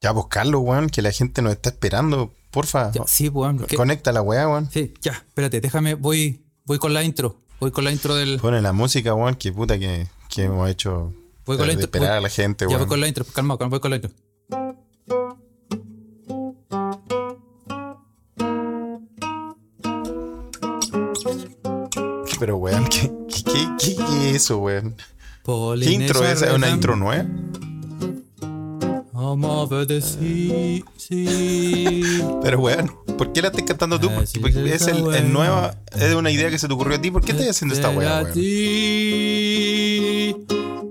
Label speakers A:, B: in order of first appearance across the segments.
A: Ya buscarlo, weón, que la gente nos está esperando. Porfa.
B: Ya, sí, weón. ¿qué?
A: Conecta la weá, weón.
B: Sí, ya, espérate, déjame, voy, voy con la intro. Voy con la intro del.
A: Pone la música, weón, que puta que, que hemos hecho.
B: Voy con la
A: de
B: intro.
A: esperar
B: voy-
A: a la gente,
B: Ya voy
A: weón.
B: con la intro, calma, calma, voy con la intro.
A: Pero, weón, ¿qué, qué, qué, qué- qué es eso, weón? ¿Qué
B: Polinesia
A: intro es? ¿Es una
B: Rhythm,
A: intro nueva?
B: I'm over the sea, sea.
A: Pero, weón, ¿por qué la estás cantando tú?
B: Ah,
A: Porque,
B: sí,
A: porque
B: sí,
A: es
B: está,
A: el, el
B: weón.
A: nueva, es una idea que se te ocurrió a ti. ¿Por qué estás haciendo esta weá,
B: Era
A: weón?
B: ti,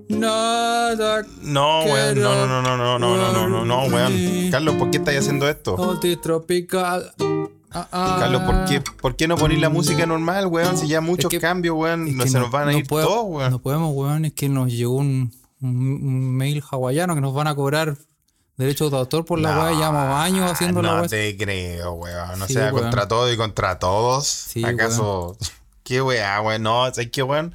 B: Nada
A: No, weón, no, no, no, no, no, no, no, no, no, weón.
B: Sí.
A: Carlos, ¿por qué estás haciendo esto?
B: tropical. Ah, ah.
A: Carlos, ¿por qué, ¿por qué no ponís la música normal, weón? Si ya muchos
B: que-
A: cambios,
B: Es
A: weón, no
B: que
A: se nos van a
B: no
A: ir
B: puedo-
A: todos, weón.
B: No podemos, weón. Es que nos llegó un, un- un mail hawaiano que nos van a cobrar derechos de autor por la
A: No,
B: weá. Llevamos años haciendo la
A: no
B: weá.
A: te creo, weón. O
B: Sí,
A: sea,
B: weón.
A: contra todo y contra todos. ¿Acaso? ¿Qué weá, weón? No, es que, weón.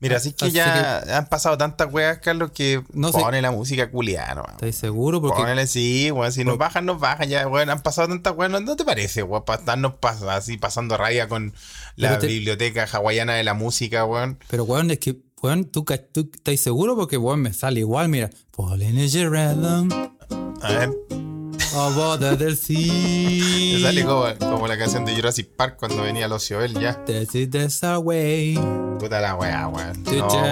A: Mira, así que
B: Así
A: ya han pasado tantas weas, Carlos, que
B: No sé.
A: pone la música culiana, weón.
B: ¿Estáis seguro? Porque
A: Ponele sí, weón. Si nos bajan, nos bajan ya, weón. Han pasado tantas weas. ¿No, no te parece, weón? Para estarnos pas- así pasando raya con la
B: Pero te-
A: biblioteca hawaiana de la música, weón.
B: Pero, weón, es que, weón, ¿tú, ca- tú estás seguro? Porque, weón, me sale igual, mira. Polynesia Rhythm,
A: A ver,
B: a boda
A: te
B: del sea.
A: sale como, como la canción de Jurassic Park cuando venía los Ocioel ya.
B: This is the subway to
A: Puta la weá, weón. No, weón.
B: the
A: Esta
B: sea.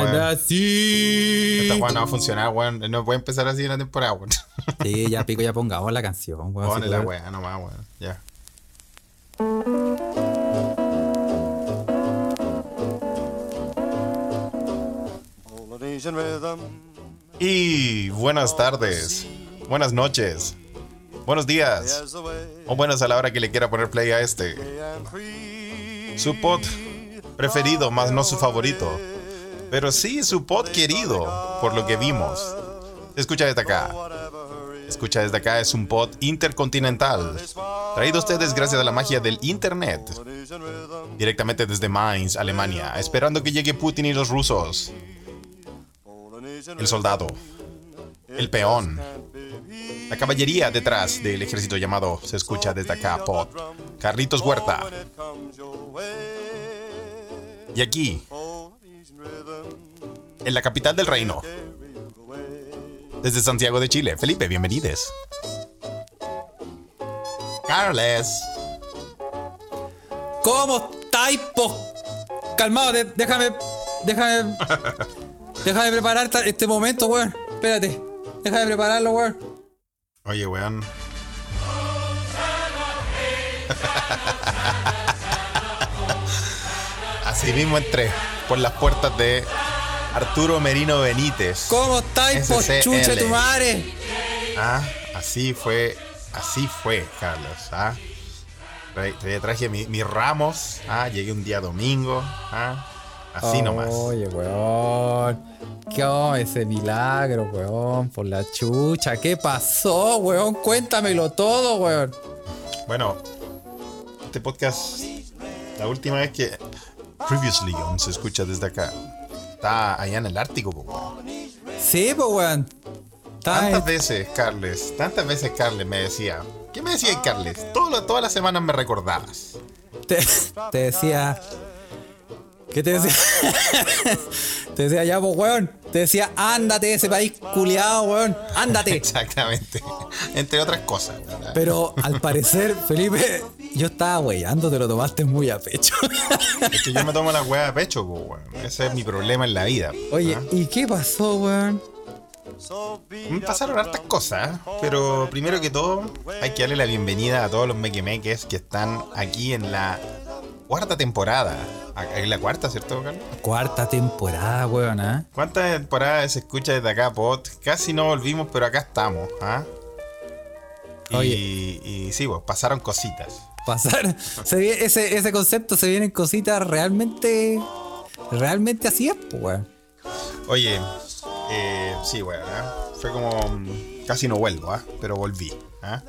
A: weá no va a funcionar, weón. No puede empezar así una temporada, weón.
B: Sí, ya pico, ya pongamos la canción, weón.
A: Pone
B: sí,
A: la
B: weón.
A: weá nomás, weón. Ya.
C: Polynesian rhythm.
A: Y buenas tardes. Buenas noches. Buenos días.
C: There's a way
A: O buenos a la hora que le quiera poner play a este.
C: and free.
A: Su pod preferido, más no su favorito. Pero sí su pod querido, por lo que vimos. Escucha desde acá.
C: Whatever hurry
A: Escucha desde acá es un pod intercontinental. Traído a ustedes gracias a la magia del internet.
C: Polynesian rhythm.
A: Directamente desde Mainz, Alemania. Esperando que llegue Putin y los rusos.
C: Polynesian
A: El soldado. El peón.
C: rhythm. Can't be
A: La caballería detrás del ejército llamado se escucha desde acá, Pod. Carlitos Huerta.
C: when it comes your way.
A: Y aquí,
C: Polynesian rhythm.
A: en la capital del reino,
C: Carry you away.
A: desde Santiago de Chile. Felipe, bienvenides. Carles.
B: ¿Cómo estáis, po? Calmado, de- déjame. Déjame. déjame preparar ta- este momento, weón. Espérate. Déjame prepararlo, weón.
A: Oye, weón. Así mismo entré por las puertas de Arturo Merino Benítez.
B: ¿Cómo estáis, po,
A: SCL?
B: chucha tu madre?
A: Ah, así fue, así fue, Carlos. Ah. Tra- tra- traje mi- mis ramos. Ah, llegué un día domingo. Ah, así nomás.
B: Oye, weón. ¿Qué onda ese milagro, weón? Por la chucha. ¿Qué pasó, weón? Cuéntamelo todo, weón.
A: Bueno, este podcast, la última vez que Previously on se escucha desde acá. Está allá en el Ártico, po, weón.
B: Sí, po, weón. Está
A: Tantas veces, Carles, tantas veces, Carles me decía. ¿Qué me decía, Carles? Todo lo- todas las semanas me recordabas.
B: Eh. te, te decía. ¿Qué te decía? te decía ya, po, weón. Te decía, ándate de ese país culiado, weón. Ándate.
A: Exactamente. Entre otras cosas, weón.
B: Pero al parecer, Felipe, yo estaba weyando, te lo tomaste muy a pecho.
A: Es que yo me tomo la hueá a pecho, po, weón. Ese es mi problema en la vida.
B: Oye,
A: ¿ah?
B: ¿y qué pasó, weón?
C: So be
A: Me pasaron hartas cosas, pero primero que todo, hay que darle la bienvenida a todos los mequemeques que están aquí en la cuarta temporada. Acá En la cuarta, ¿cierto, Carlos?
B: Cuarta temporada, weón, ¿ah?
A: ¿Cuántas temporadas se escucha desde acá, Pot? Casi no volvimos, pero acá estamos, ¿ah? Y,
B: Oye.
A: y sí, pues pasaron cositas.
B: pasar. Se vie- ese, ese concepto se vienen cositas realmente. Realmente así es, pues, weón.
A: Oye, eh, sí, bueno, ¿ah? fue como mm, casi no vuelvo, ¿ah? Pero volví, ¿ah?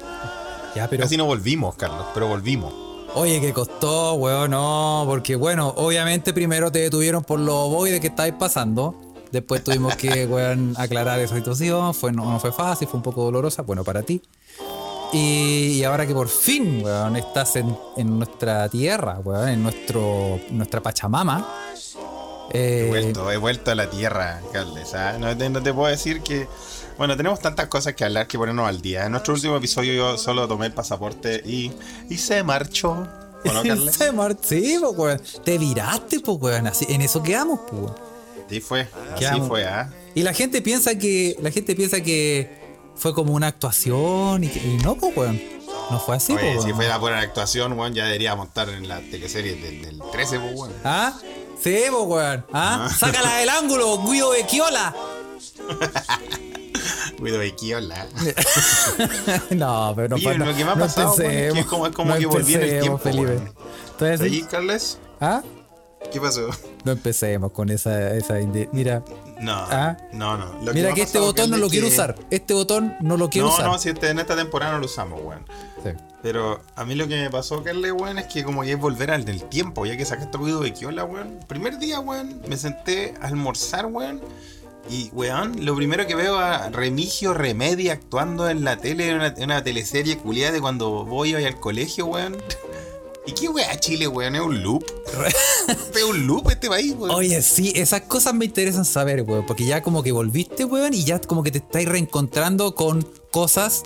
B: Ya, pero.
A: Casi no volvimos, Carlos, pero volvimos.
B: Oye, que costó, weón, no. Porque, bueno, obviamente primero te detuvieron por los ovoides que estáis pasando. Después tuvimos que, weón, aclarar esa situación. Fue, no, no fue fácil, fue un poco dolorosa. Bueno, para ti. Y, y ahora que por fin, weón, estás en, en nuestra tierra, weón, en nuestro, nuestra Pachamama.
A: He
B: eh,
A: vuelto, he vuelto a la tierra, Carles. ¿ah? No, te, no te puedo decir que. Bueno, tenemos tantas cosas que hablar que ponernos al día. En nuestro último episodio yo solo tomé el pasaporte y, y se marchó. ¿O no, Carles?
B: Se mar- sí, po, weón. Te viraste, po, weón. Así, en eso quedamos, po, weón.
A: Sí fue, así
B: Quedamos.
A: fue, ¿ah?
B: Y la gente piensa que. La gente piensa que fue como una actuación y, que- y no, pues weón. No fue así, po,
A: Oye,
B: weón.
A: si fuera por la actuación, weón, ya deberíamos estar en la teleserie del, del 13, pues, weón.
B: ¿Ah? Sí, po, weón. ¿Ah? Sácala del ángulo, Guido Bequiola. Ah.
A: Guido de Kiola.
B: no, pero no
A: Oye,
B: pa- no-
A: lo que me ha
B: no
A: pasado, weón, es que
B: empecemos,
A: es como- es como
B: no
A: que volví en el
B: empecemos,
A: tiempo,
B: Felipe.
A: weón.
B: Entonces,
A: ¿Allí, Carles?
B: ¿ah?
A: ¿Qué pasó?
B: No empecemos con esa, esa indi- Mira,
A: No,
B: ¿Ah?
A: no, no. Lo me
B: mira
A: ha
B: que este
A: pasado,
B: botón no
A: Carles,
B: lo quiero
A: que-
B: usar. Este botón no lo quiero
A: No,
B: usar.
A: no, si este- en esta temporada no lo usamos, weón.
B: Sí.
A: Pero a mí lo que me pasó, Carle, weón, es que como que es volver al del tiempo, ya que sacaste este ruido de Kiola, weón. Primer día, weón, me senté a almorzar, weón. Y, weón, lo primero que veo a Remigio Remedia actuando en la tele, en una, en una teleserie culiada de cuando voy hoy al colegio, weón. ¿Y qué weá Chile, weón? ¿Es un loop? ¿Es un loop este país, weón?
B: Oye, sí, esas cosas me interesan saber, weón. Porque ya como que volviste, weón, y ya como que te estáis reencontrando con cosas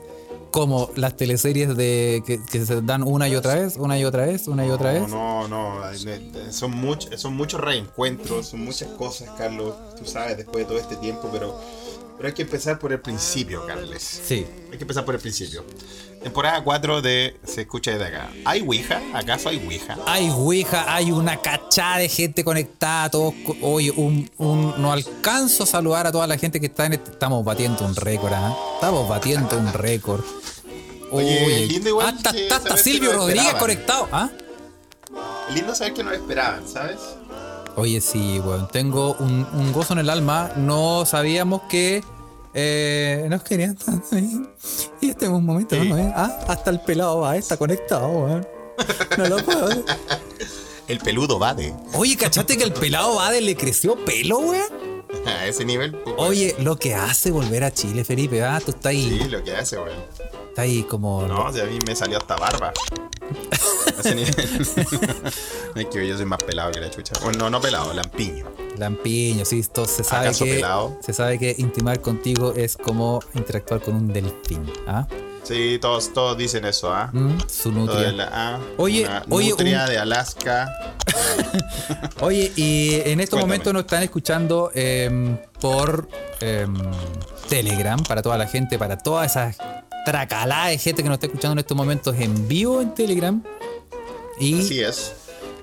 B: como las teleseries de que, que se dan una y otra vez, una y otra vez, una y otra vez.
A: No, no, no, eh, son, much- son muchos reencuentros, son muchas cosas, Carlos, tú sabes, después de todo este tiempo, pero, pero hay que empezar por el principio, Carles.
B: Sí.
A: Hay que empezar por el principio. Temporada 4 de Se escucha desde acá. ¿Hay Ouija? ¿Acaso hay Ouija?
B: Hay Ouija, hay una cachada de gente conectada, todos. co- Oye, un, un- no alcanzo a saludar a toda la gente que está en este- Estamos batiendo un récord, ¿ah? Estamos batiendo un récord.
A: Oye,
B: Oye,
A: lindo igual
B: hasta,
A: que
B: hasta
A: saber que
B: Silvio
A: lo
B: Rodríguez
A: esperaban.
B: conectado, ¿ah?
A: Es Lindo saber que no lo esperaban, ¿sabes?
B: Oye, sí, weón. Tengo un, un gozo en el alma. No sabíamos que eh, nos querían tanto. ¿eh? Y este es un momento,
A: Sí.
B: ¿no? ¿Eh? Ah, hasta el pelado va, está conectado, weón. No lo puedo.
A: El peludo va de.
B: Oye, ¿cachate que el pelado va de le creció pelo, weón?
A: A ese nivel. pues, weón.
B: Oye, lo que hace volver a Chile, Felipe, ah, tú estás ahí,
A: Sí, lo que hace, weón.
B: estás ahí como.
A: No, si a mí me salió hasta barba. A ese nivel. es que yo soy más pelado que la chucha. Bueno, no, no pelado, lampiño.
B: Lampiño, sí, esto se sabe
A: ¿Acaso
B: que.
A: pelado?
B: Se sabe que intimar contigo es como interactuar con un delfín, ¿ah?
A: Sí, todos, todos dicen eso, ¿ah?
B: Mm, Su
A: Todo
B: nutria.
A: de la- ah,
B: Oye,
A: una
B: oye,
A: nutria
B: un-
A: de Alaska.
B: Oye, y en estos
A: Cuéntame.
B: momentos nos están escuchando em, por em, Telegram, para toda la gente, para toda esa tracalada de gente que nos está escuchando en estos momentos en vivo en Telegram.
A: Así
B: Y,
A: es.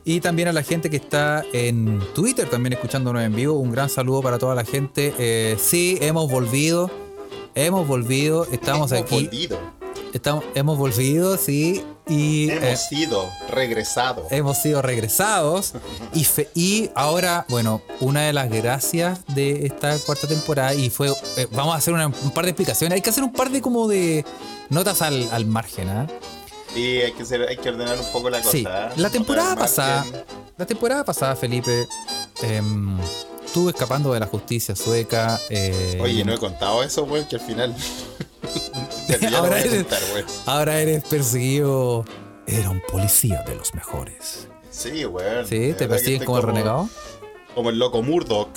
B: y también a la gente que está en Twitter también escuchándonos en vivo. Un gran saludo para toda la gente. Eh, sí, hemos volvido. Hemos volvido. Estamos
A: Hemos
B: aquí.
A: volvido,
B: Estamos, hemos volvido, sí. Y eh,
A: Hemos sido regresado.
B: hemos sido regresados y, fe- y ahora, bueno, una de las gracias de esta cuarta temporada y fue, eh, vamos a hacer una- un par de explicaciones, hay que hacer un par de como de notas al, al margen, ¿ah?
A: Y hay que, ser- hay que ordenar un poco la cosa.
B: Sí,
A: ¿ah?
B: la temporada
A: Notar más
B: pasada,
A: bien.
B: la temporada pasada, Felipe, em, estuvo escapando de la justicia sueca. eh,
A: Oye, no he contado eso, güey, que al final. Ya lo
B: Ahora
A: voy a
B: eres-
A: contar, güey.
B: ahora eres perseguido. Era un policía de los mejores.
A: Sí, güey.
B: Sí, te persiguen
A: persiguen
B: como, renegado.
A: Como el loco Murdoch.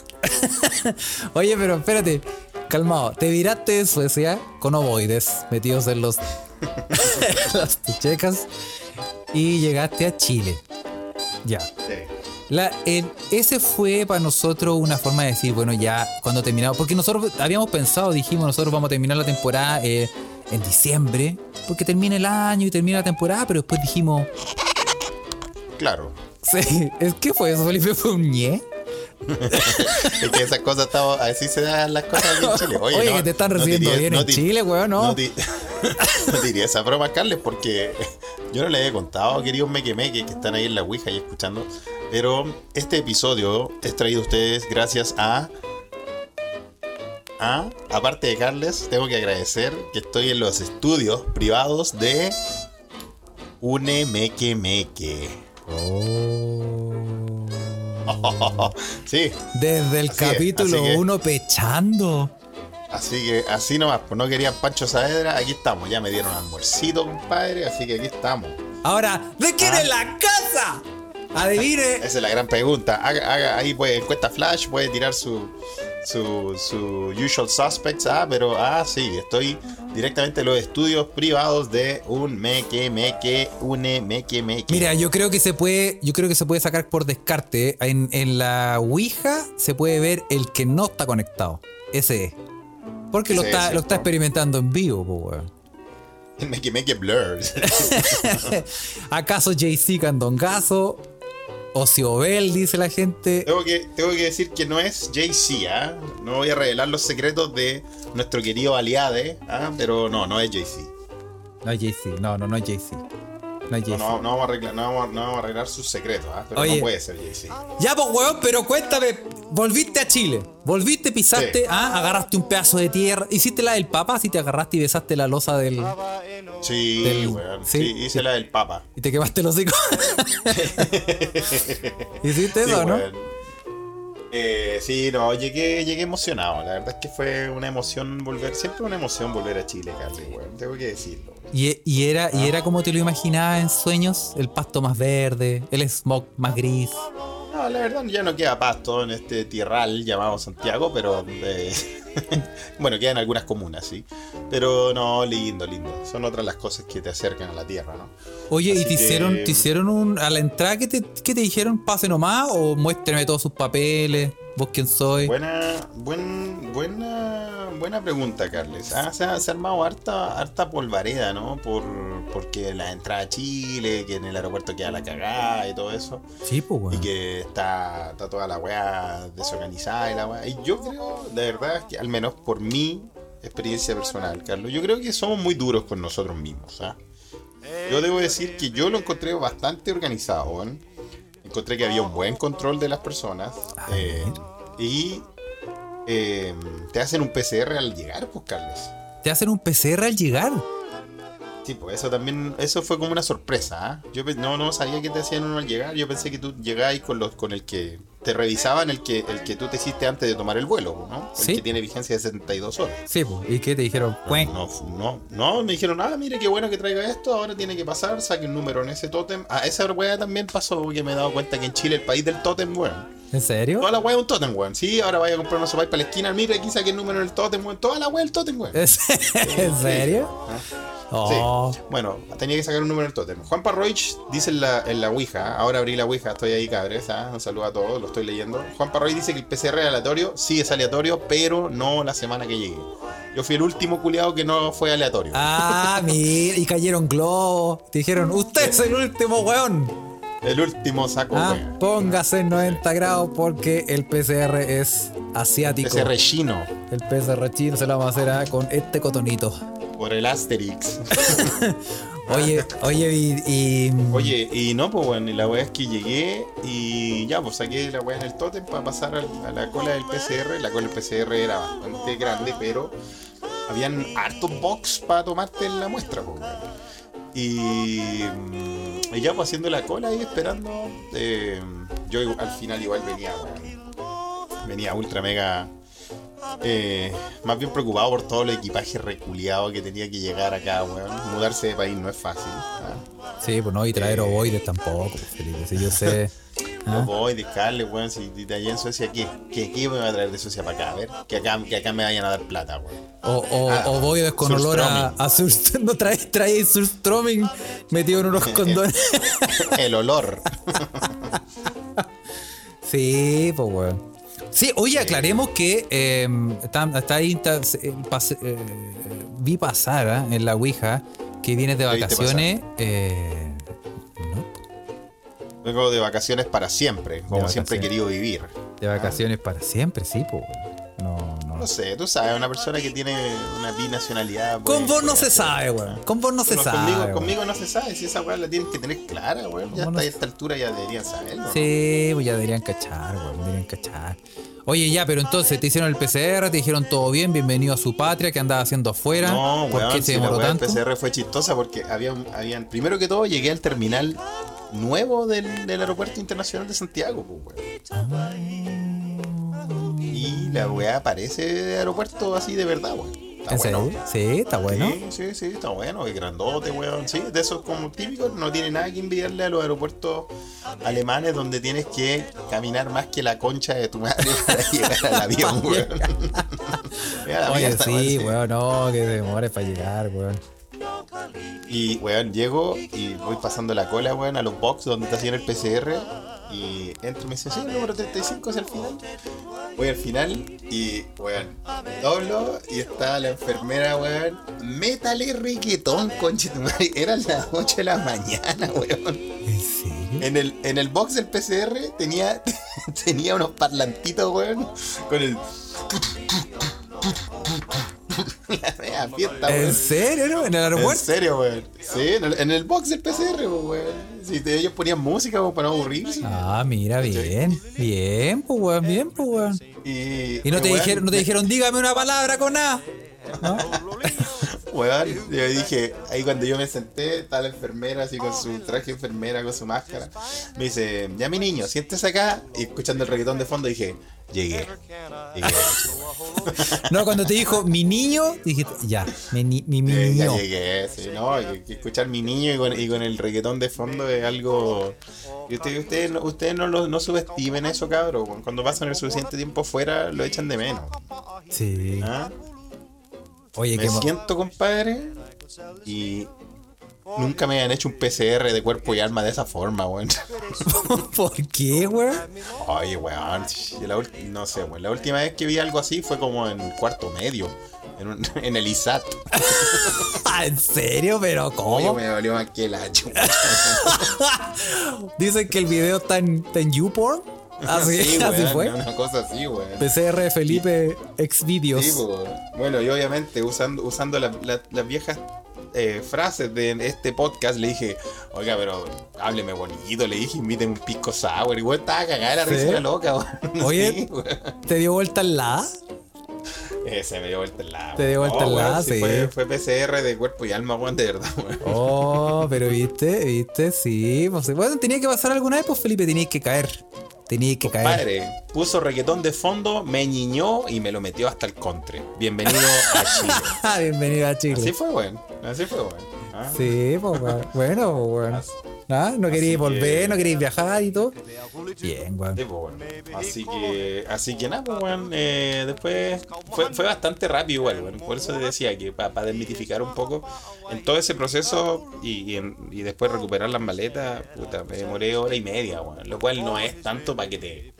B: Oye, pero espérate, calmado, te viraste de Suecia con ovoides metidos en los las tuchecas y llegaste a Chile. Ya.
A: Sí.
B: La, el- ese fue para nosotros una forma de decir, bueno, ya cuando terminamos, porque nosotros habíamos pensado, dijimos, nosotros vamos a terminar la temporada eh, en diciembre, porque termina el año y termina la temporada, pero después dijimos,
A: Claro.
B: sí, es que fue eso, Felipe, fue un ñe.
A: Es que esas cosas estamos. Así se dan las cosas aquí en Chile. Oye,
B: Oye,
A: no-
B: que te están
A: no
B: recibiendo
A: diría-
B: bien
A: no
B: en
A: di-
B: Chile, weón, ¿no?
A: No, di- no diría esa broma, Carles, porque yo no les he contado, queridos mequemeques que están ahí en la Ouija y escuchando. Pero este episodio es traído a ustedes gracias a. a aparte de Carles, tengo que agradecer que estoy en los estudios privados de. Une Meque Meque.
B: Oh.
A: sí,
B: Desde el
A: Así es,
B: capítulo
A: así que-
B: 1 pechando.
A: así que así nomás, pues no querían Pancho Saavedra, aquí estamos, ya me dieron almuercito, compadre, así que aquí estamos.
B: Ahora, ¿de quién
A: Ah.
B: es la casa? Adivine.
A: Esa es la gran pregunta. Haga, haga- ahí puede, encuesta Flash, puede tirar su, su, su usual suspects. Ah, pero, ah, sí, estoy directamente en los estudios privados de un meque, meque, une, meque, meque.
B: Mira, yo creo que se puede, yo creo que se puede sacar por descarte. ¿eh? En, en la Ouija se puede ver el que no está conectado. Ese es. Porque lo,
A: Sí,
B: está,
A: es
B: lo
A: cierto.
B: está experimentando en vivo, po, weón.
A: El meque, meque blur.
B: ¿Acaso Jay-Z Candongazo? Ocio Bell, dice la gente.
A: tengo, que, tengo que decir que no es Jay-Z, ¿ah? No voy a revelar los secretos de nuestro querido aliade, ¿ah? Pero no, no es Jay-Z.
B: No es Jay-Z, no, no, no es Jay-Z. No
A: No,
B: es Jay-Z.
A: no, no vamos a arreglar, no, vamos, a- no vamos a arreglar sus secretos, ¿ah? Pero
B: Oye.
A: no puede ser Jay-Z.
B: Ya, pues, weón, pero cuéntame. Volviste a Chile. Volviste, pisaste,
A: Sí.
B: ah, agarraste un pedazo de tierra. Hiciste la del papá, si te agarraste y besaste la losa del.
A: Ah, Sí,
B: Del-
A: weón.
B: sí,
A: Sí, hice
B: sí.
A: la del Papa.
B: Y te quemaste los hocico. Hiciste
A: Sí,
B: eso, ¿no?
A: weón. Eh, sí, no, llegué, llegué emocionado. La verdad es que fue una emoción volver, siempre una emoción volver a Chile, Carly, weón. Tengo que decirlo.
B: Y, y era,
A: Ah.
B: y era como te lo imaginaba en sueños, el pasto más verde, el smog más gris.
A: No, la verdad ya no queda pasto en este tierral llamado Santiago, pero eh, bueno, quedan algunas comunas, sí. Pero no, lindo, lindo. Son otras las cosas que te acercan a la tierra, ¿no?
B: Oye, ¿y
A: Así
B: te
A: que-
B: hicieron, te hicieron un. a la entrada que te, qué te dijeron pase nomás? O muéstrame todos sus papeles, vos quién soy.
A: Buena, buen, buena, buena pregunta, Carles. Ah, se, ha, se ha armado harta, harta polvareda, ¿no? Por, porque la entrada a Chile, que en el aeropuerto queda la cagada y todo eso.
B: sí, pues
A: Y
B: weón.
A: que está, está toda la weá desorganizada y la weá. Y yo creo, de verdad, que al menos por mi experiencia personal, Carlos, yo creo que somos muy duros con nosotros mismos, ¿ah? Yo debo decir que yo lo encontré bastante organizado, weón. Encontré que había un buen control de las personas. eh, y eh, te hacen un PCR al llegar, pues, Carlos.
B: Te hacen un PCR al llegar.
A: Sí, pues eso también, eso fue como una sorpresa, ¿ah? Yo pe- no, no sabía que te hacían uno al llegar, yo pensé que tú llegabas con los, con el que te revisaban el que, el que tú te hiciste antes de tomar el vuelo, ¿no? El
B: Sí.
A: que tiene vigencia de 72 horas.
B: Sí, pues. ¿Y qué te dijeron? Cuec.
A: No, no, no, me dijeron, ah, mire qué bueno que traiga esto, ahora tiene que pasar, saque un número en ese tótem. Ah, esa weá también pasó, que me he dado cuenta que en Chile el país del tótem, weón.
B: ¿En serio?
A: Toda la weá es un tótem, weón. Sí, ahora vaya a comprar una sopa para la esquina, mire aquí saque el número en el tótem, weón. Toda la weá el tótem, weón.
B: ¿En serio?
A: Ah.
B: Oh.
A: Bueno, tenía que sacar un número del tótem. Juan Parroich dice en la, en la Ouija, ahora abrí la Ouija, estoy ahí cabres, ¿ah? un saludo a todos, lo estoy leyendo. Juan Parroich dice que el PCR es aleatorio, sí es aleatorio, pero no la semana que llegue. Yo fui el último culiado que no fue aleatorio.
B: Ah, mira. Y cayeron globos. Te dijeron, usted es el último weón.
A: El último saco,
B: Ah,
A: wea.
B: póngase en 90 grados porque el PCR es asiático.
A: PCR chino,
B: El PCR chino se lo vamos a hacer ah, con este cotonito.
A: por el Asterix.
B: Oye, oye, y. y-
A: Ah. Oye, y no, pues bueno, y la wea es que llegué y ya, pues saqué la wea en el tótem para pasar al- a la cola del PCR. La cola del PCR era bastante grande, pero habían hartos box para tomarte la muestra, pues weón. Y, mm, y ya, pues haciendo la cola y esperando. eh, yo igual- al final igual venía, weón. Venía ultra mega. eh, más bien preocupado por todo el equipaje reculeado que tenía que llegar acá, weón. Mudarse de país no es fácil. ¿ah?
B: Sí, pues no, y
A: Eh.
B: traer ovoides tampoco, Felipe. Sí, yo sé.
A: No
B: Ah.
A: voy, dejarle, weón. Si de allá en Suecia, ¿qué, qué, qué me va a traer de Suecia para acá? A ver, que acá, que acá me vayan a dar plata, weón.
B: O, o,
A: Ah,
B: ovoides con olor a,
A: surströmming.
B: a surst- No traes, traes surstroming metido en unos condones.
A: El olor.
B: Sí, pues weón. Sí, oye, aclaremos que eh, está, está ahí, está- se- eh, pas- eh, vi pasar ah, en la Ouija que vienes de
A: ¿Qué viste
B: vacaciones. eh, no,
A: Vengo de vacaciones para siempre, como
B: vacaciones.
A: siempre he querido vivir.
B: de vacaciones para siempre, sí, pues weón. No, no.
A: No sé, tú sabes, una persona que tiene una binacionalidad.
B: Con
A: pues,
B: vos no
A: weón.
B: se sabe, weón. Con vos no se
A: No,
B: sabe.
A: conmigo,
B: weón.
A: conmigo no se sabe, si esa weá la tienes que tener clara, weón. Ya
B: ¿Cómo no
A: hasta a
B: se-
A: esta altura ya deberían saberlo. ¿no?
B: Sí, pues ya deberían cachar, weón. Deberían cachar. Oye, ya, pero entonces te hicieron el PCR, te dijeron todo bien, bienvenido a su patria, que andaba haciendo afuera.
A: No,
B: ¿Por
A: weón,
B: qué se
A: si la
B: demoró
A: weá del
B: tanto?
A: PCR fue chistosa porque había, un- habían, primero que todo llegué al terminal nuevo del, del Aeropuerto Internacional de Santiago, pues, weón. Y la weá parece de aeropuerto así de verdad, weón. Está
B: ¿En
A: bueno.
B: serio? Sí, está bueno.
A: Sí, sí, sí, está bueno, es grandote, weón. Sí, de esos como típicos, no tiene nada que envidiarle a los aeropuertos alemanes donde tienes que caminar más que la concha de tu madre para llegar al avión, weón. Mira la
B: Oye,
A: mierda,
B: sí, weón, no, que se demore para llegar, weón.
A: Y, weón, llego y voy pasando la cola, weón, a los box donde te hacían el PCR. Y entro y me dice, sí, el número 35 es el final. Voy al final y, weón, doblo y está la enfermera, weón. Métale riquetón, conchetumare. Eran las 8 de la mañana, weón.
B: ¿En serio?
A: En el, en el box del PCR tenía, tenía unos parlantitos, weón, con el... La mea fiesta,
B: ¿En
A: weón.
B: serio, no? ¿En el
A: ¿En
B: aeropuerto?
A: serio, weón? Sí, en el, en el box del PCR, weón. Si te- ellos ponían música como para no aburrirse.
B: Ah, mira, bien. Bien, pues, weón, bien, pues, weón.
A: Y,
B: Y no te,
A: weón,
B: dijeron, no te
A: me-
B: dijeron, dígame una palabra con A.
A: Weón, yo dije, ahí cuando yo me senté, estaba la enfermera así con su traje de enfermera, con su máscara. Me dice, ya mi niño, siéntese acá. Y escuchando el reggaetón de fondo dije, llegué. Llegué.
B: No, cuando te dijo mi niño, dijiste, ya, mi, ni- mi, mi
A: Eh, ya
B: niño.
A: llegué, sí, no, hay que escuchar mi niño y con, y con el reggaetón de fondo es algo... Y ustedes ustedes no, ustedes no, lo- no subestimen eso, cabrón. weón. Cuando pasan el suficiente tiempo fuera, lo echan de menos.
B: Sí.
A: ¿ah?
B: Oye,
A: Me
B: qué mo-
A: siento, compadre, y nunca me han hecho un PCR de cuerpo y alma de esa forma, weón.
B: ¿Por qué, weón?
A: Oye, weón, sh- la ul- no sé, weón. La última vez que vi algo así fue como en cuarto medio, en, un- en el ISAT.
B: Ah, ¿En serio? ¿Pero
A: Oye,
B: cómo?
A: me dolió más que la chupa.
B: Dicen que el video está en, está en YouPorn. Así,
A: Sí,
B: ¿Ah, así
A: weón,
B: fue.
A: Una cosa así, weón.
B: PCR Felipe Exvideos.
A: Sí, po. bueno, y obviamente usando, usando la- la- las viejas eh, frases de este podcast, le dije, oiga, pero hábleme bonito, le dije, invíteme un pisco sour. Y weón, estaba cagada la
B: Sí.
A: risa la loca, weón.
B: Oye.
A: Sí, weón.
B: ¿Te dio vuelta en la A?
A: Eh, se me dio vuelta el lado. Oh,
B: Te dio vuelta el lado, sí.
A: Fue, fue PCR de cuerpo y alma, weón, de verdad, weón.
B: Oh, pero viste, viste, sí. pues, bueno, tenía que pasar alguna vez, pues Felipe, tenías que caer. Tenías que caer.
A: Pues, Padre, puso reggaetón de fondo, me ñiñó y me lo metió hasta el contre. Bienvenido a Chile.
B: Ah, bienvenido a Chile.
A: Así fue, weón. Así fue, weón. Ah.
B: Sí, pues weón. bueno, pues, weón.
A: Así-
B: Ah, No queréis
A: que-
B: volver, no queréis viajar y todo. Bien,
A: Sí,
B: weón.
A: pues, bueno. Así que, así que nada, pues, bueno, eh, después fue, fue bastante rápido igual, bueno. por eso te decía que para desmitificar un poco en todo ese proceso y, y en- y después recuperar las maletas, puta, me demoré hora y media, bueno, lo cual no es tanto para que te,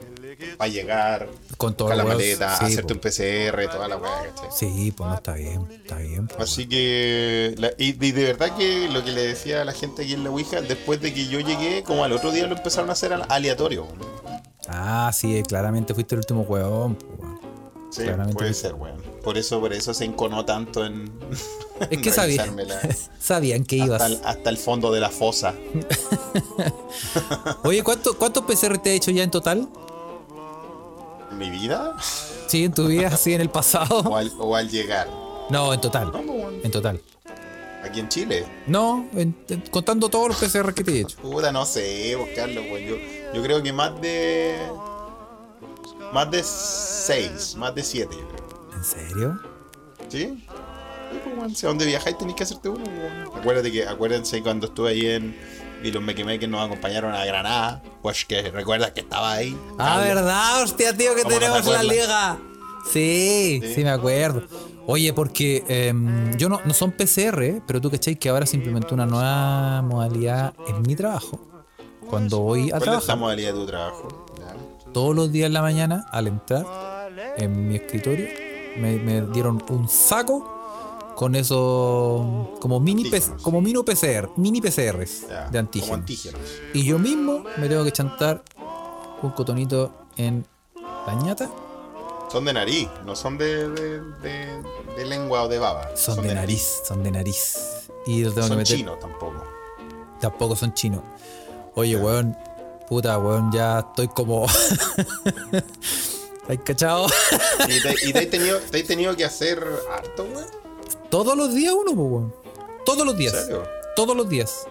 A: para llegar
B: Con todo
A: con la
B: weón.
A: maleta,
B: sí,
A: hacerte
B: po.
A: un PCR, toda la weá, ¿cachai?
B: Sí, pues no está bien, está bien. pues, po,
A: Así que, la- y, y de verdad que lo que le decía a la gente aquí en la Ouija, después de que yo llegué, como al otro día lo empezaron a hacer al- aleatorio. bueno.
B: weón. Ah, sí, claramente fuiste el último weón. po, weón.
A: Sí,
B: Claramente
A: puede
B: que-
A: ser, weón. Por eso, por eso se enconó tanto en.
B: Es que sabía,
A: revisármela
B: sabían que ibas.
A: hasta, el, hasta el fondo de la fosa.
B: Oye, ¿cuánto- ¿cuántos PCR te has hecho ya en total?
A: ¿Mi vida?
B: Sí, en tu vida, así en el pasado.
A: ¿O al, o al llegar?
B: No, en total.
A: No, pues, weón.
B: En total.
A: Aquí en Chile.
B: No, en- en- contando todos los PCR que te he hecho.
A: Puta, no sé, buscarlo, weón. Yo, yo creo que más de. Más de seis, más de siete, yo creo.
B: ¿En serio?
A: ¿Sí? Sí, pues, weón, Si a dónde viajáis tenéis que hacerte uno, pues, weón. Acuérdate que, acuérdense cuando estuve ahí en. Y los mequimeques nos acompañaron a Granada. Pues que recuerdas que estaba ahí.
B: Ah,
A: Habla.
B: verdad, hostia, tío, que
A: ¿Cómo no te
B: tenemos la
A: acuerdas?
B: liga. Sí, sí,
A: Sí.
B: me acuerdo. Oye, porque em, yo no, no son PCR, ¿eh? pero tú cacháis que ahora se implementó una nueva modalidad en mi trabajo. Cuando voy a
A: ¿Cuál es la
B: trabajar,
A: modalidad de tu trabajo? Ya.
B: todos los días en la mañana, al entrar en mi escritorio, me, me dieron un saco con esos como mini,
A: Antígenos.
B: PC como mini PCR, mini PCRs
A: Ya,
B: de
A: Como
B: antígenos.
A: antígenos.
B: Y yo mismo me tengo que chantar un cotonito en la ñata.
A: Son de nariz, no son de, de, de- de lengua o de baba.
B: Son, de, nariz, son de nariz. Y lo tengo que
A: Son
B: meter.
A: chinos tampoco.
B: Tampoco son chinos. Oye, weón. Puta, weón, ya estoy como. ¿Hay cachado?
A: ¿Y te, y te has tenido, te has tenido que hacer harto, güey?
B: Todos los días uno, po, weón. Todos los
A: ¿En
B: días.
A: serio?
B: Todos los días.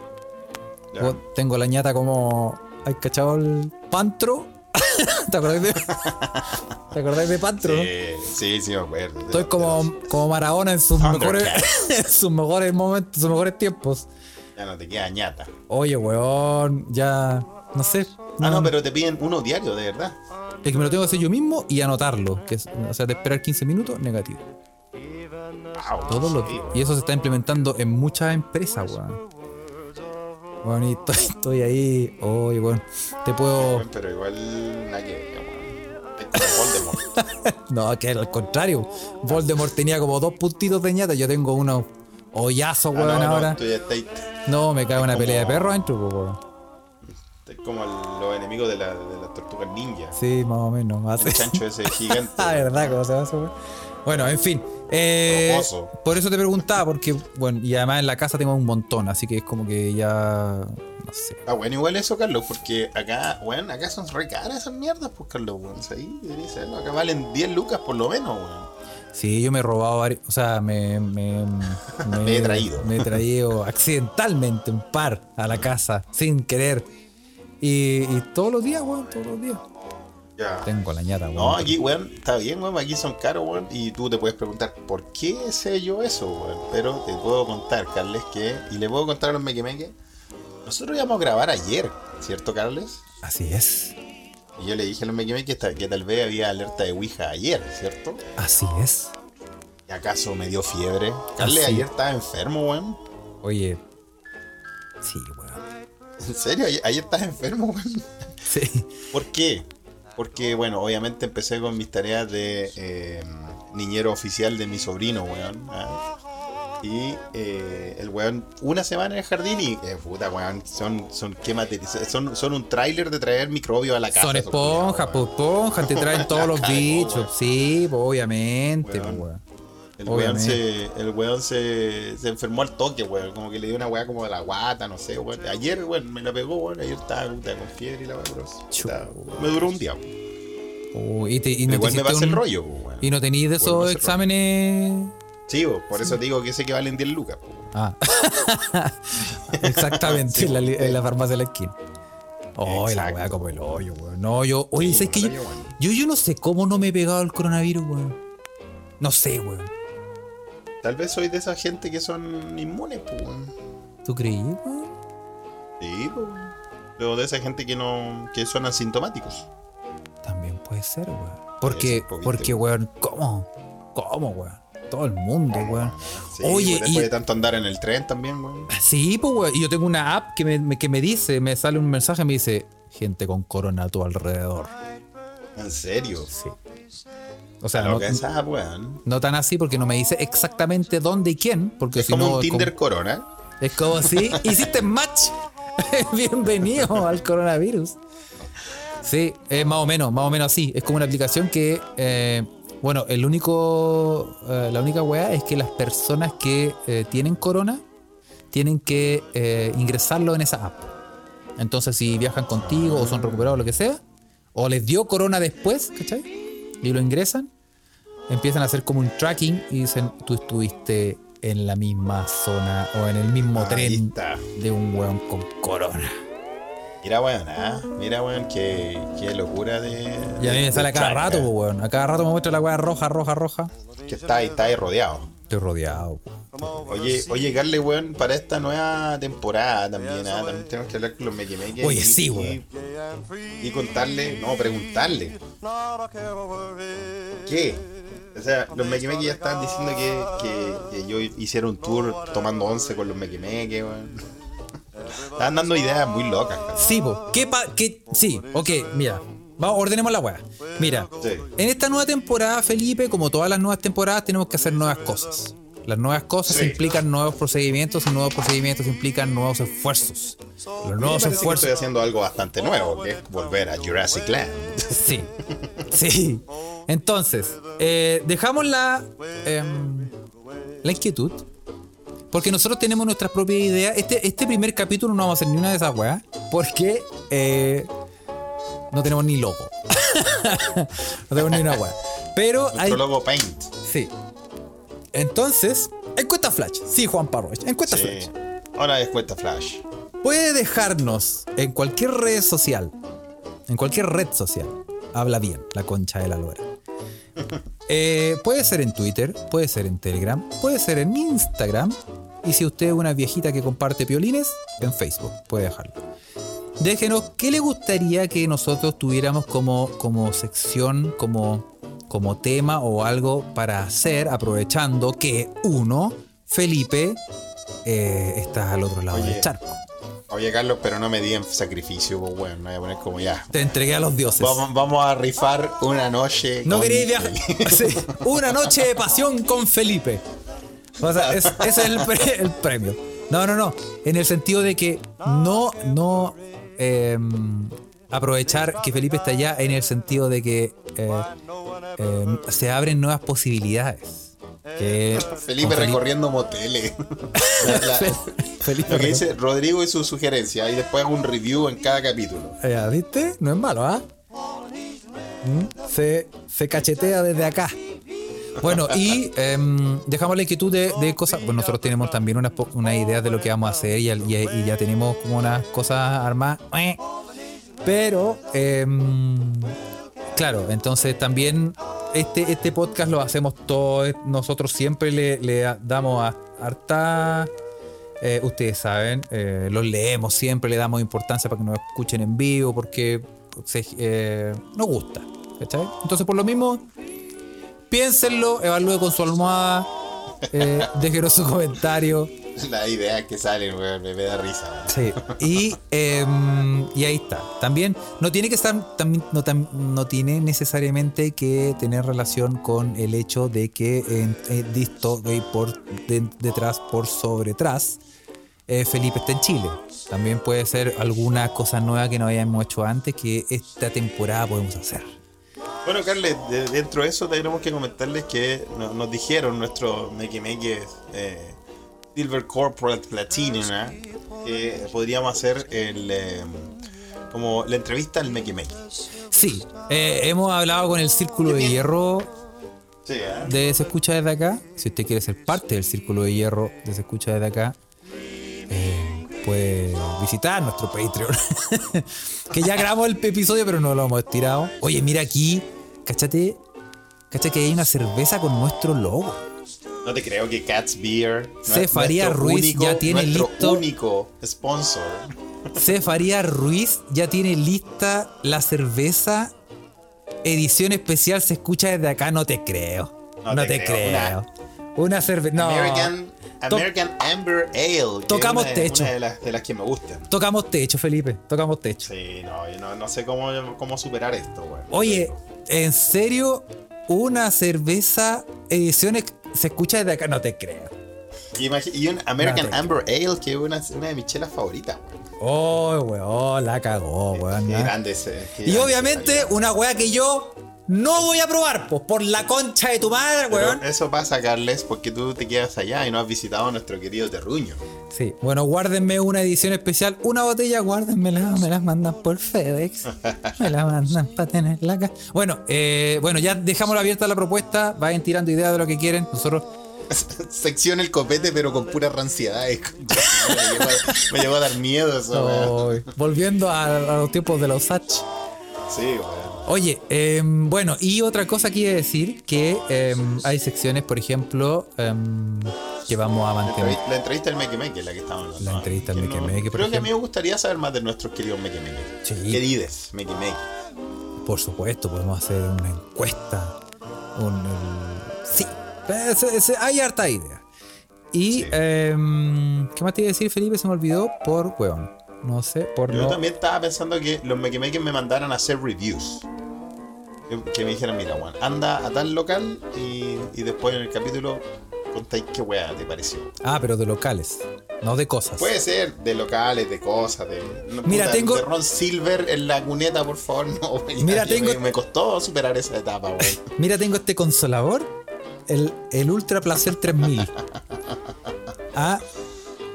A: Ya.
B: Yo tengo la ñata como. ¿Has cachado el pantro? ¿Te acordáis de.? ¿Te acordáis de pantro? no?
A: Sí, sí, sí, me acuerdo.
B: Estoy como, como Maradona en sus
A: Thundercat.
B: mejores, en sus mejores momentos, sus mejores tiempos.
A: Ya no te queda ñata.
B: Oye, weón, ya. No sé.
A: Ah, no, pero te piden uno diario, de verdad.
B: Es que me lo tengo que hacer yo mismo y anotarlo. Que es- o sea, de esperar 15 minutos, negativo.
A: Wow,
B: Todos los días. Y eso se está implementando en muchas empresas, weón. Weón, y estoy, estoy ahí. Oye, weón. Te puedo.
A: Pero igual, nada que ver, weón. Es como Voldemort.
B: No, que era al contrario. Voldemort tenía como dos puntitos de ñata. Yo tengo unos hoyazos,
A: Ah,
B: weón,
A: no,
B: ahora.
A: no, tú ya estás
B: No, me cae una
A: como-
B: pelea de perro adentro, po, weón.
A: estás como el- los enemigos de la, de las tortugas ninja.
B: Sí, más o menos. Más
A: El chancho ese gigante.
B: Ah, verdad, cómo se va a subir. Bueno, en fin. eh,
A: Rocoso.
B: por eso te preguntaba, porque, bueno, y además en la casa tengo un montón, así que es como que ya. No sé.
A: Ah, bueno, igual eso, Carlos, porque acá, bueno, acá son re caras esas mierdas, pues, Carlos, weón. Ahí debería serlo. Acá valen 10 lucas por lo menos, weón.
B: Sí, yo me he robado varios. O sea, me. Me,
A: Me he traído.
B: Me he traído accidentalmente un par a la casa, sin querer. Y, y todos los días, weón, todos los días.
A: Ya.
B: Tengo la ñata, weón.
A: No, aquí, weón, está bien, weón, aquí son caros, weón. Y tú te puedes preguntar, ¿por qué sé yo eso, weón? Pero te puedo contar, Carles, que. Y le puedo contar a los mequemeques. Nosotros íbamos a grabar ayer, ¿cierto, Carles?
B: Así es.
A: Y yo le dije a los mequemeques ta- que tal vez había alerta de Ouija ayer, ¿cierto?
B: Así es.
A: ¿Y acaso me dio fiebre? Carles,
B: Ah, sí.
A: ayer estaba enfermo, weón.
B: Oye. Sí, weón.
A: ¿En serio? Ayer, ayer estabas enfermo, weón.
B: Sí.
A: ¿Por qué? Porque, bueno, obviamente empecé con mis tareas de eh, niñero oficial de mi sobrino, weón. ah. Y eh, el weón, una semana en el jardín y, eh, puta, weón, son, son, ¿qué materi- son, son un tráiler de traer microbios a la casa.
B: Son
A: esos
B: esponjas,
A: culiados,
B: pues esponjas, te traen todos los
A: Ay, po,
B: bichos.
A: weón.
B: Sí, po, obviamente, po,
A: Weón.
B: weón.
A: El weón, se, el weón se, se enfermó al toque, weón. Como que le dio una weá como de la guata, no sé, weón. Ayer, weón, me la pegó, weón. Ayer estaba puta, con fiebre y la weá, pero, puta,
B: Chuta.
A: Me duró un día, weón.
B: Oh, y te- y no te
A: Igual me
B: hiciste
A: pasa el
B: un-
A: rollo, pues, weón.
B: Y no tenéis de
A: Igual me
B: esos
A: hace el rollo.
B: exámenes.
A: Sí, bo, por eso te digo que sé que valen 10 lucas. pues, po.
B: Ah. Exactamente,
A: Sí,
B: en, la, li- en la farmacia de la esquina. Ay, la
A: Exacto.
B: weá como el hoyo, weón. No, yo. Oye,
A: Sí, pues, como
B: ¿sabes qué?
A: el hoyo,
B: Yo,
A: weón.
B: yo, yo no sé cómo no me he pegado el coronavirus, weón. No sé, weón.
A: Tal vez soy de esa gente que son inmunes, po, weón.
B: ¿Tú creí, weón?
A: Sí, po, weón. Pero de esa gente que no que son asintomáticos.
B: También puede ser, weón. Porque,
A: un poquito,
B: porque, weón, ¿cómo? ¿Cómo, weón? Todo el mundo, weón.
A: Sí,
B: Oye,
A: po, después
B: y-
A: de tanto andar en el tren también, weón.
B: Sí, pues, weón. Y yo tengo una app que me, me- que me dice, me sale un mensaje, me dice, gente con corona a tu alrededor.
A: En serio.
B: Sí. O
A: Está
B: sea, no,
A: loca esa, weón.
B: no tan así porque no me dice exactamente dónde y quién, porque
A: Es
B: si
A: como
B: no...
A: un
B: es como-
A: Tinder Corona.
B: Es como así, hiciste match. Bienvenido al coronavirus. Sí, es más o menos, más o menos así. Es como una aplicación que, eh, bueno, el único, eh, la única weá es que las personas que eh, tienen corona tienen que eh, ingresarlo en esa app. Entonces, si viajan contigo o son recuperados, lo que sea, o les dio corona después, ¿cachai? Y lo ingresan, empiezan a hacer como un tracking y dicen, tú estuviste en la misma zona o en el mismo
A: Ahí
B: tren
A: está.
B: de un weón con corona.
A: Mira, weón, ah. Mira, weón, qué, qué locura de.
B: Y a mí me
A: de-
B: sale a
A: de
B: cada
A: track,
B: rato,
A: ah.
B: po, weón. A cada rato me muestra la weá roja, roja, roja.
A: Que está ahí, está ahí rodeado.
B: Estoy rodeado, weón.
C: From over
A: Oye,
C: sea.
A: oye, Carle, weón, para esta nueva temporada también, ah, también tenemos que hablar con los mequemeques.
B: Oye,
A: y-
B: sí,
A: y-
B: weón.
C: Gay and free.
A: y contarle, no, preguntarle,
C: Not a care or worry.
A: ¿qué? O sea, los mequimeques ya estaban diciendo que, que- que yo hiciera un tour tomando once con los mequimeques, weón. Estaban dando ideas muy locas, cabrón.
B: Sí, po. ¿Qué pa qué? Sí, ok, mira. Vamos, ordenemos la weá. Mira,
A: Sí.
B: en esta nueva temporada, Felipe, como todas las nuevas temporadas, tenemos que hacer nuevas cosas. Las nuevas cosas
A: Sí.
B: implican nuevos procedimientos y nuevos procedimientos implican nuevos esfuerzos. Los
A: Me
B: nuevos
A: parece que estoy
B: esfuerzos.
A: haciendo algo bastante nuevo, que es volver a Jurassic Land.
B: Sí, sí. Entonces, eh, dejamos la, em, la inquietud. Porque nosotros tenemos nuestras propias ideas. Este, este primer capítulo no vamos a hacer ni una de esas weas. Porque eh, no tenemos ni logo. no tenemos ni una wea. Pero hay.
A: Nuestro logo Paint.
B: Sí. Entonces, encuesta Flash. Sí, Juan Parroch. Encuesta
A: Sí.
B: Flash.
A: Ahora es cuesta Flash.
B: puede dejarnos en cualquier red social, en cualquier red social, habla bien, la concha de la lora. Eh, puede ser en Twitter, puede ser en Telegram, puede ser en Instagram. Y si usted es una viejita que comparte piolines, en Facebook, puede dejarlo. Déjenos, ¿qué le gustaría que nosotros tuviéramos como, como sección, como, como tema o algo para hacer, aprovechando que uno, Felipe, eh, está al otro lado
A: Oye.
B: del charco?
A: Oye, Carlos, pero no me di en sacrificio, pues, weón. Me voy a poner como ya.
B: Te entregué a los dioses.
A: Vamos, vamos a rifar una noche.
B: No
A: con-
B: queréis viajar. Sí, Una noche de pasión con Felipe. O sea, es- ese es el, pre- el premio. No, no, no. En el sentido de que no, no eh, aprovechar que Felipe está allá en el sentido de que eh, eh, se abren nuevas posibilidades. Que
A: Felipe
B: con
A: recorriendo moteles. La- la-
B: Felipe
A: lo que dice Rodrigo y su sugerencia. Y después hago un review en cada capítulo.
B: Ya, Eh, ¿Viste? No es malo, ¿ah? Mm, Se, se cachetea desde acá. Bueno, y em, dejamos la inquietud de, de cosas. Bueno, nosotros tenemos también unas po- unas ideas de lo que vamos a hacer y, al- y- y ya tenemos como unas cosas armadas. Eh. Pero, em, claro, entonces también este, este podcast lo hacemos todos. Nosotros siempre le, le damos a, harta. Eh, ustedes saben, eh, los leemos siempre, le damos importancia para que nos escuchen en vivo, porque se- eh, nos gusta. ¿cachai? Entonces, por lo mismo, piénsenlo, evalúe con su almohada, eh, déjenos su comentario.
A: Las ideas que salen, weón, me, me da risa. weón.
B: Sí. Y, em, y ahí está. También no tiene que estar, también, no, tam- no tiene necesariamente que tener relación con el hecho de que en, eh, disto eh, por de- detrás, por sobre tras, eh, Felipe está en Chile. También puede ser alguna cosa nueva que no hayamos hecho antes que esta temporada podemos hacer.
A: Bueno, Carles, de- dentro de eso tenemos que comentarles que no- nos dijeron nuestros Make Make eh, Silver Corporate Platina que podríamos hacer el, eh, como la entrevista al Make Make.
B: Sí, eh, hemos hablado con el Círculo de Hierro
A: Sí, ¿eh?
B: de Se Escucha Desde Acá. Si usted quiere ser parte del Círculo de Hierro de Se Escucha Desde Acá, eh, puede visitar nuestro Patreon. que ya grabamos el episodio, pero no lo hemos estirado. Oye, mira aquí, cachate, cachate que hay una cerveza con nuestro logo.
A: No te creo que Cats Beer. nue-
B: Cefaría
A: nuestro
B: Ruiz ya tiene
A: nuestro
B: listo-
A: único sponsor.
B: Cefaría Ruiz ya tiene lista la cerveza. Edición especial se escucha desde acá, no te creo. No,
A: No
B: te,
A: te
B: creo.
A: creo.
B: Una, cerveza. No.
A: American,
B: Ah. To-
A: American Amber Ale. que
B: Tocamos
A: es una,
B: techo.
A: Una de, las, de las que me gustan.
B: Tocamos techo, Felipe. Tocamos techo.
A: Sí, no, yo no, no sé cómo, cómo superar esto, weón.
B: Oye, ¿en serio una cerveza ediciones se escucha desde acá? No te creo.
A: Y, imagi- y un American
B: No, te-
A: Amber Ale, que es una, una de mis chelas favoritas, weón.
B: Oh, weón, la cagó, weón.
A: Qué
B: ¿no?
A: grande ese. qué
B: Y
A: grande
B: obviamente
A: esa vida.
B: una weá que yo no voy a probar, pues por la concha de tu madre,
A: Pero eh.
B: weón.
A: Eso pasa, Carles, porque tú te quedas allá y no has visitado a nuestro querido terruño.
B: Sí, bueno, guárdenme una edición especial, una botella, guárdenmela, me las mandan por FedEx, me la mandan para tenerla acá. Bueno, eh, bueno, ya dejamos abierta la propuesta, vayan tirando ideas de lo que quieren, nosotros
A: Sección el copete, pero con pura ranciedad. me, llevó a, me llevó a dar miedo eso, weón.
B: Ay, oh, volviendo a, a los tiempos de la USACH.
A: Sí, weón.
B: Oye, em, bueno, y otra cosa que iba a decir, que em, hay secciones, por ejemplo, em, que vamos
A: La
B: a mantener.
A: entrevi- La entrevista al Meke Meke, la que estamos hablando.
B: La
A: ¿no?
B: entrevista al
A: Que
B: Meke
A: no-
B: Meke, por
A: Creo que a mí
B: ejemplo.
A: me gustaría saber más de nuestros queridos Meke Meke.
B: Sí.
A: Querides Meke Meke.
B: Por supuesto, podemos hacer una encuesta. Un, eh, sí, es- es- hay harta idea. Y,
A: Sí.
B: em, ¿qué más te iba a decir, Felipe? Se me olvidó por hueón. No sé, por
A: Yo
B: no.
A: también estaba pensando que los mequimeques me mandaran a hacer reviews. Que, que me dijeran, mira, Juan, anda a tal local y, y después en el capítulo contáis qué weá te pareció.
B: Ah, pero de locales, no de cosas.
A: Puede ser de locales, de cosas, de. no,
B: Mira, tengo-
A: de Ron Silver en la cuneta, por favor, no. ya,
B: Mira,
A: ya
B: tengo-
A: Me, me costó superar esa etapa, weón.
B: Mira, tengo este consolador, el, el Ultra Placer 3000. Ah,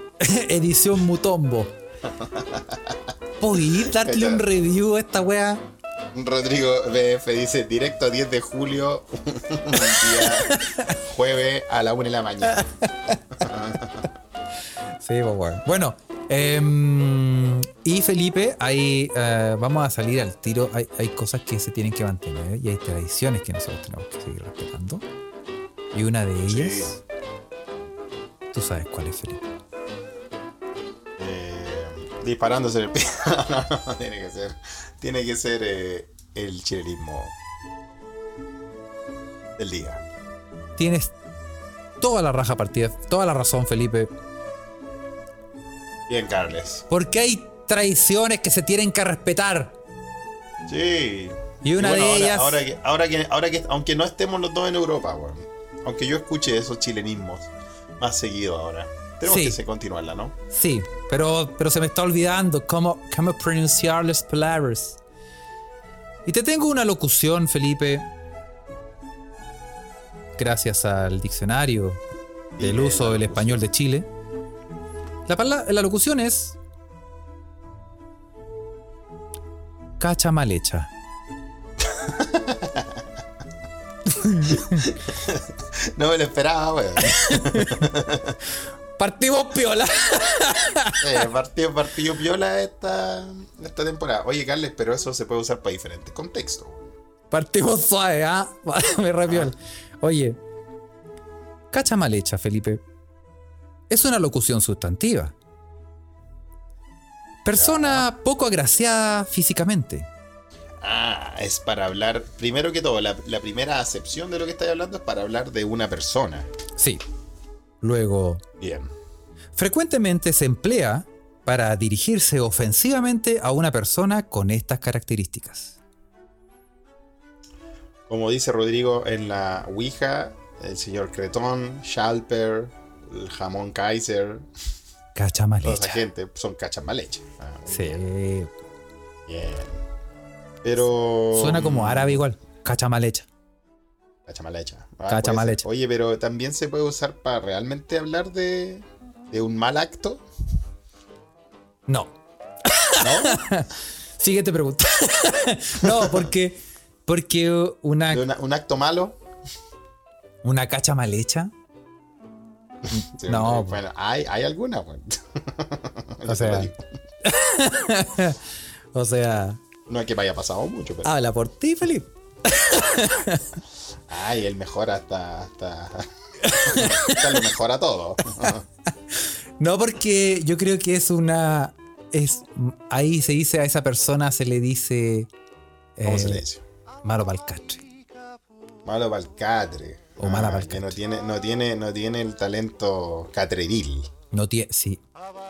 B: edición Mutombo. ¿Podí darle un review a esta wea?
A: Rodrigo BF dice: directo 10 de julio, un día jueves a la 1 de la mañana.
B: Sí, pues, weón. Bueno, Em, y Felipe, ahí eh, vamos a salir al tiro. Hay, hay cosas que se tienen que mantener y hay tradiciones que nosotros tenemos que seguir respetando. Y una de ellas, tú sabes cuál es Felipe.
A: Eh, disparándose en el pie. no, no, no, tiene que ser. Tiene que ser eh, el chilenismo del día.
B: Tienes toda la raja partida, toda la razón, Felipe.
A: Bien, Carles.
B: Porque hay tradiciones que se tienen que respetar.
A: Sí.
B: Y una de
A: ahora,
B: ellas-
A: Ahora que, ahora, que, ahora que, aunque no estemos los dos en Europa, weón. Aunque yo escuche esos chilenismos más seguido ahora. Tenemos
B: Sí.
A: que se- continuarla, ¿no?
B: Sí, pero, pero se me está olvidando cómo, cómo pronunciar las palabras. Y te tengo una locución, Felipe. Gracias al diccionario
A: Dime
B: del
A: la
B: uso del
A: locución.
B: español de Chile. La, palabra, la locución es. Cacha mal hecha.
A: No me lo esperaba, weón.
B: Partimos piola.
A: Eh, partido, partido piola esta, esta temporada. Oye, Carles, pero eso se puede usar para diferentes contextos.
B: Partimos suave, ¿ah? Me rapió. Oye, cacha mal hecha, Felipe. Es una locución sustantiva. Persona poco agraciada físicamente.
A: Ah, es para hablar, primero que todo, la, la primera acepción de lo que estáis hablando es para hablar de una persona.
B: Sí. Luego,
A: Bien.
B: frecuentemente se emplea para dirigirse ofensivamente a una persona con estas características.
A: Como dice Rodrigo en la Ouija, el señor Cretón, Schalper, el jamón Kaiser,
B: Cacha mal
A: toda esa
B: hecha.
A: gente pues, son cachas mal hechas. Ah, muy
B: Sí.
A: bien, bien. Pero. mm,
B: Suena como árabe igual. Cacha mal hecha.
A: Cacha mal hecha.
B: Cacha
A: puede
B: mal
A: ser.
B: hecha.
A: Ah, pues, Oye, pero también se puede usar para realmente hablar de, de un mal acto,
B: No,
A: ¿no?
B: Siguiente pregunta. no, porque, porque
A: De
B: una,
A: una- un acto malo.
B: una cacha mal hecha.
A: Sí,
B: No, pues.
A: Bueno, hay, hay alguna, pues. bueno.
B: O sea, O sea,
A: No es que me haya pasado mucho, pero.
B: habla por ti, Felipe. Ah.
A: Ay, él mejora hasta. hasta... hasta lo mejora todo.
B: No, porque yo creo que es una. Es, ahí se dice a esa persona, se le dice.
A: ¿Cómo se
B: eh,
A: le dice?
B: Malo pa'l catre.
A: Malo para el catre. Ah,
B: O mala pa'l
A: Que no tiene, no, tiene, no tiene el talento catreril.
B: No tiene. Sí.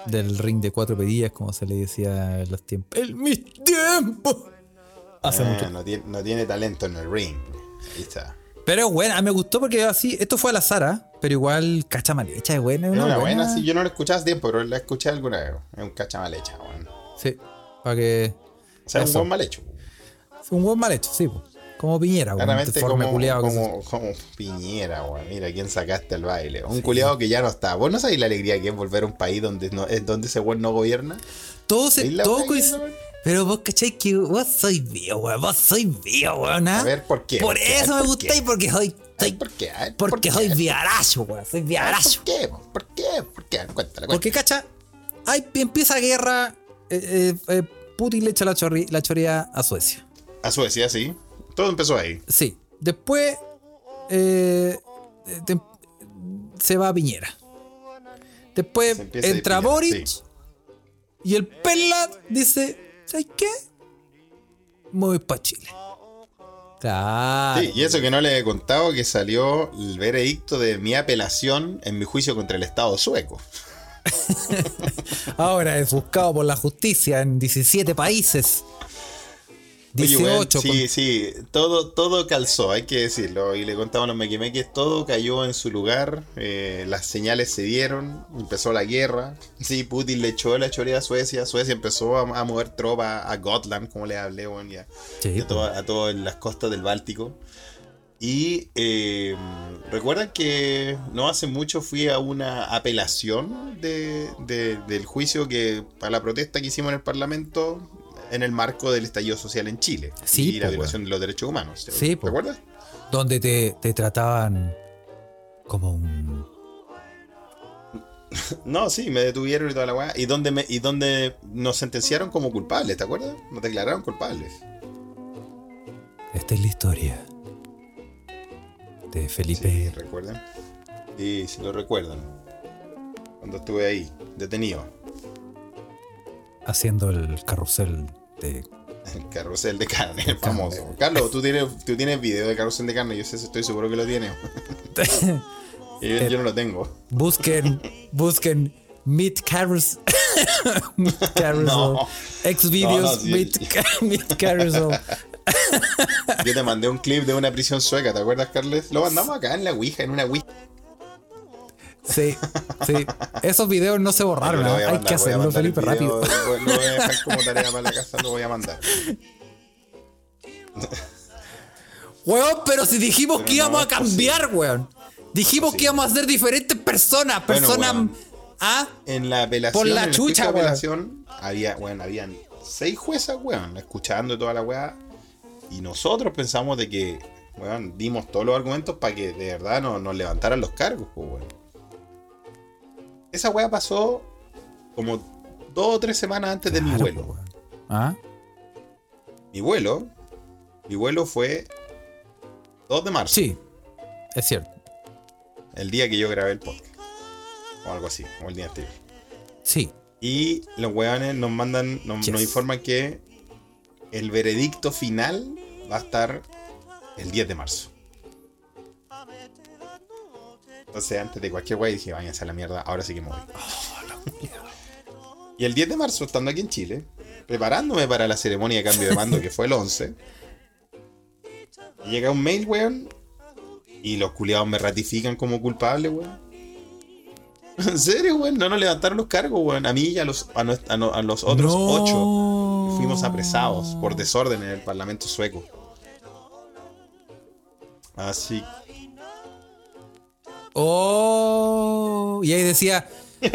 B: Del ring de cuatro pedillas, como se le decía en los tiempos. ¡El mis tiempo! Hace
A: Ah,
B: mucho.
A: no, tiene, no tiene talento en el ring. Ahí está.
B: Pero bueno, ah, me gustó porque así. Esto fue a la Sara, pero igual cacha mal hecha es buena. es
A: Es
B: una
A: una buena, sí. Yo no la escuché hace tiempo, pero la escuché alguna vez. Es un cacha mal hecha, weón.
B: Sí, para que.
A: O sea, es un
B: Eso.
A: buen mal hecho.
B: Un buen mal hecho, sí. po. Como Piñera, un
A: Claramente como,
B: culiao que
A: como, como Piñera, weón. Mira quién sacaste al baile. Un culiado que ya no está. ¿Vos no sabés la alegría que es volver a un país donde, no, es donde ese weón no gobierna?
B: se- Todo se.
A: ¿Veis la
B: todo
A: weá que
B: coinc-
A: hizo, weón?
B: Pero vos cachai que vos sois viejo, weón. Vos sois viejo, weón. ¿ah?
A: A ver, ¿por qué? ¿Por
B: Por
A: qué?
B: eso me
A: ¿Por
B: gustáis,
A: qué?
B: porque soy.
A: Ay,
B: soy-
A: ¿Por qué? Ay, ¿por
B: porque
A: qué?
B: soy viaracho, weón. Soy viaracho.
A: ¿Por qué? ¿Por qué? ¿Por qué? Cuéntale, cuéntale.
B: Porque, cacha, hay, empieza guerra. eh, eh, eh, Putin le echa la, chorri- la choría a Suecia.
A: A Suecia, sí. Todo empezó ahí.
B: Sí. Después. eh, te- se va a Piñera. Después
A: Se empieza a ir
B: entra
A: Piñera,
B: Boric.
A: sí.
B: Y el Perla dice: ¿Sabes qué? Me voy para Chile. Claro.
A: Sí, y eso que no le he contado que salió el veredicto de mi apelación en mi juicio contra el Estado sueco.
B: Ahora es buscado por la justicia en 17 países.
A: Oye, weón,
B: 18.
A: sí, sí, todo, todo calzó, hay que decirlo. Y le contaba a los mequimeques, todo cayó en su lugar, eh, las señales se dieron, empezó la guerra. Sí, Putin le echó la chorea a Suecia, Suecia empezó a, a mover tropas a Gotland, como le hablé, weón, y a-
B: con-
A: y
B: Sí,
A: a todas a todas las costas del Báltico. Y eh, recuerdan que no hace mucho fui a una apelación de- de- del juicio que para la protesta que hicimos en el Parlamento en el marco del estallido social en Chile
B: Sí,
A: y la
B: po,
A: violación de los derechos humanos.
B: Sí, po.
A: ¿Recuerdas?
B: donde te, te trataban como un.
A: No, sí, me detuvieron y toda la weá. Y donde, me, y donde nos sentenciaron como culpables, ¿te acuerdas? Nos declararon culpables.
B: Esta es la historia de
A: Sí,
B: Felipe.
A: ¿recuerdan? Sí, sí lo recuerdan. Cuando estuve ahí, detenido.
B: haciendo el carrusel de...
A: El carrusel de carne, el
B: carne.
A: famoso. Carlos, tú tienes, tú tienes video de carrusel de carne, yo sé, estoy seguro que lo tienes. yo, yo no lo tengo.
B: Busquen, busquen Meat Carrus. Meat Carousel.
A: No.
B: Ex videos
A: No, sí.
B: meat, Ca- Meat Carousel.
A: Yo te mandé un clip de una prisión sueca, ¿te acuerdas, Carles? Lo mandamos acá en la Ouija, en una Ouija.
B: Sí, sí. Esos videos no se borraron.
A: Lo
B: ¿ah?
A: voy a
B: Hay
A: mandar,
B: que
A: voy a
B: hacerlo,
A: mandar el
B: Felipe,
A: video,
B: rápido.
A: Lo lo voy a dejar como tarea para la casa, lo voy a mandar.
B: Weón, pero si dijimos
A: Pero
B: que íbamos
A: no,
B: a cambiar, weón. Dijimos
A: Posible.
B: que íbamos a ser diferentes personas.
A: Bueno,
B: Personas.
A: weón.
B: ¿Ah?
A: En la apelación.
B: Por la
A: en el
B: chucha,
A: juicio de
B: weón.
A: apelación, había, bueno, habían seis juezas, weón, escuchando toda la weá. Y nosotros pensamos de que, weón, dimos todos los argumentos para que de verdad no- nos levantaran los cargos, pues, weón. Esa weá pasó como dos o tres semanas antes de mi
B: Claro,
A: vuelo.
B: weón. ¿Ah?
A: Mi vuelo, mi vuelo fue 2 de marzo,
B: Sí, es cierto.
A: el día que yo grabé el podcast. O algo así, o el día anterior.
B: Sí.
A: Y los weones nos mandan, nos,
B: Yes.
A: nos informan que el veredicto final va a estar el 10 de marzo. Entonces, antes de cualquier wey dije, váyanse a la mierda, ahora sí que me voy. y el 10 de marzo, estando aquí en Chile, preparándome para la ceremonia de cambio de mando que fue el 11, llega un mail, weón, y los culiados me ratifican como culpable, weón. En serio, weón, no nos levantaron los cargos, weón. A mí y a los, a nos- a no- a los otros
B: No.
A: ocho fuimos apresados por desorden en el Parlamento sueco. Así
B: Oh, y ahí decía,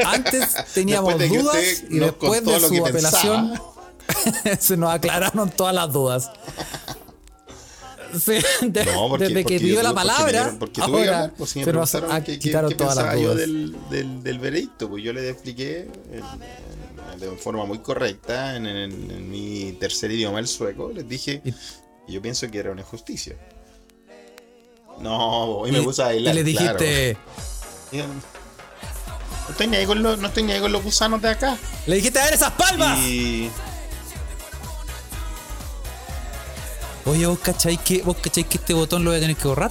B: antes
A: Después
B: teníamos
A: de que
B: dudas
A: usted
B: y
A: nos
B: después
A: contó
B: de
A: lo que
B: su apelación se nos aclararon todas las dudas. Sí, de-
A: No, porque,
B: desde que
A: porque
B: dio
A: yo
B: la
A: tuve- porque me
B: palabra,
A: dieron- porque tuve que
B: ahora
A: hablar, pues, si me
B: se nos
A: preguntaron
B: ah,
A: qué- qué-
B: quitaron
A: qué
B: todas las
A: pensaba yo
B: dudas.
A: del, del, del veredicto, pues yo le expliqué eh, de forma muy correcta en, en- en mi tercer idioma, el sueco, les dije,
B: Y-
A: yo pienso que era una injusticia. No, hoy me
B: Y-
A: puse a bailar.
B: y le
A: claro.
B: dijiste,
A: No estoy, ni ahí con los, no estoy ni ahí con los gusanos de acá.
B: le dijiste a ver esas palmas.
A: Y.
B: Oye, vos cacháis que, vos cacháis que este botón lo voy a tener que borrar.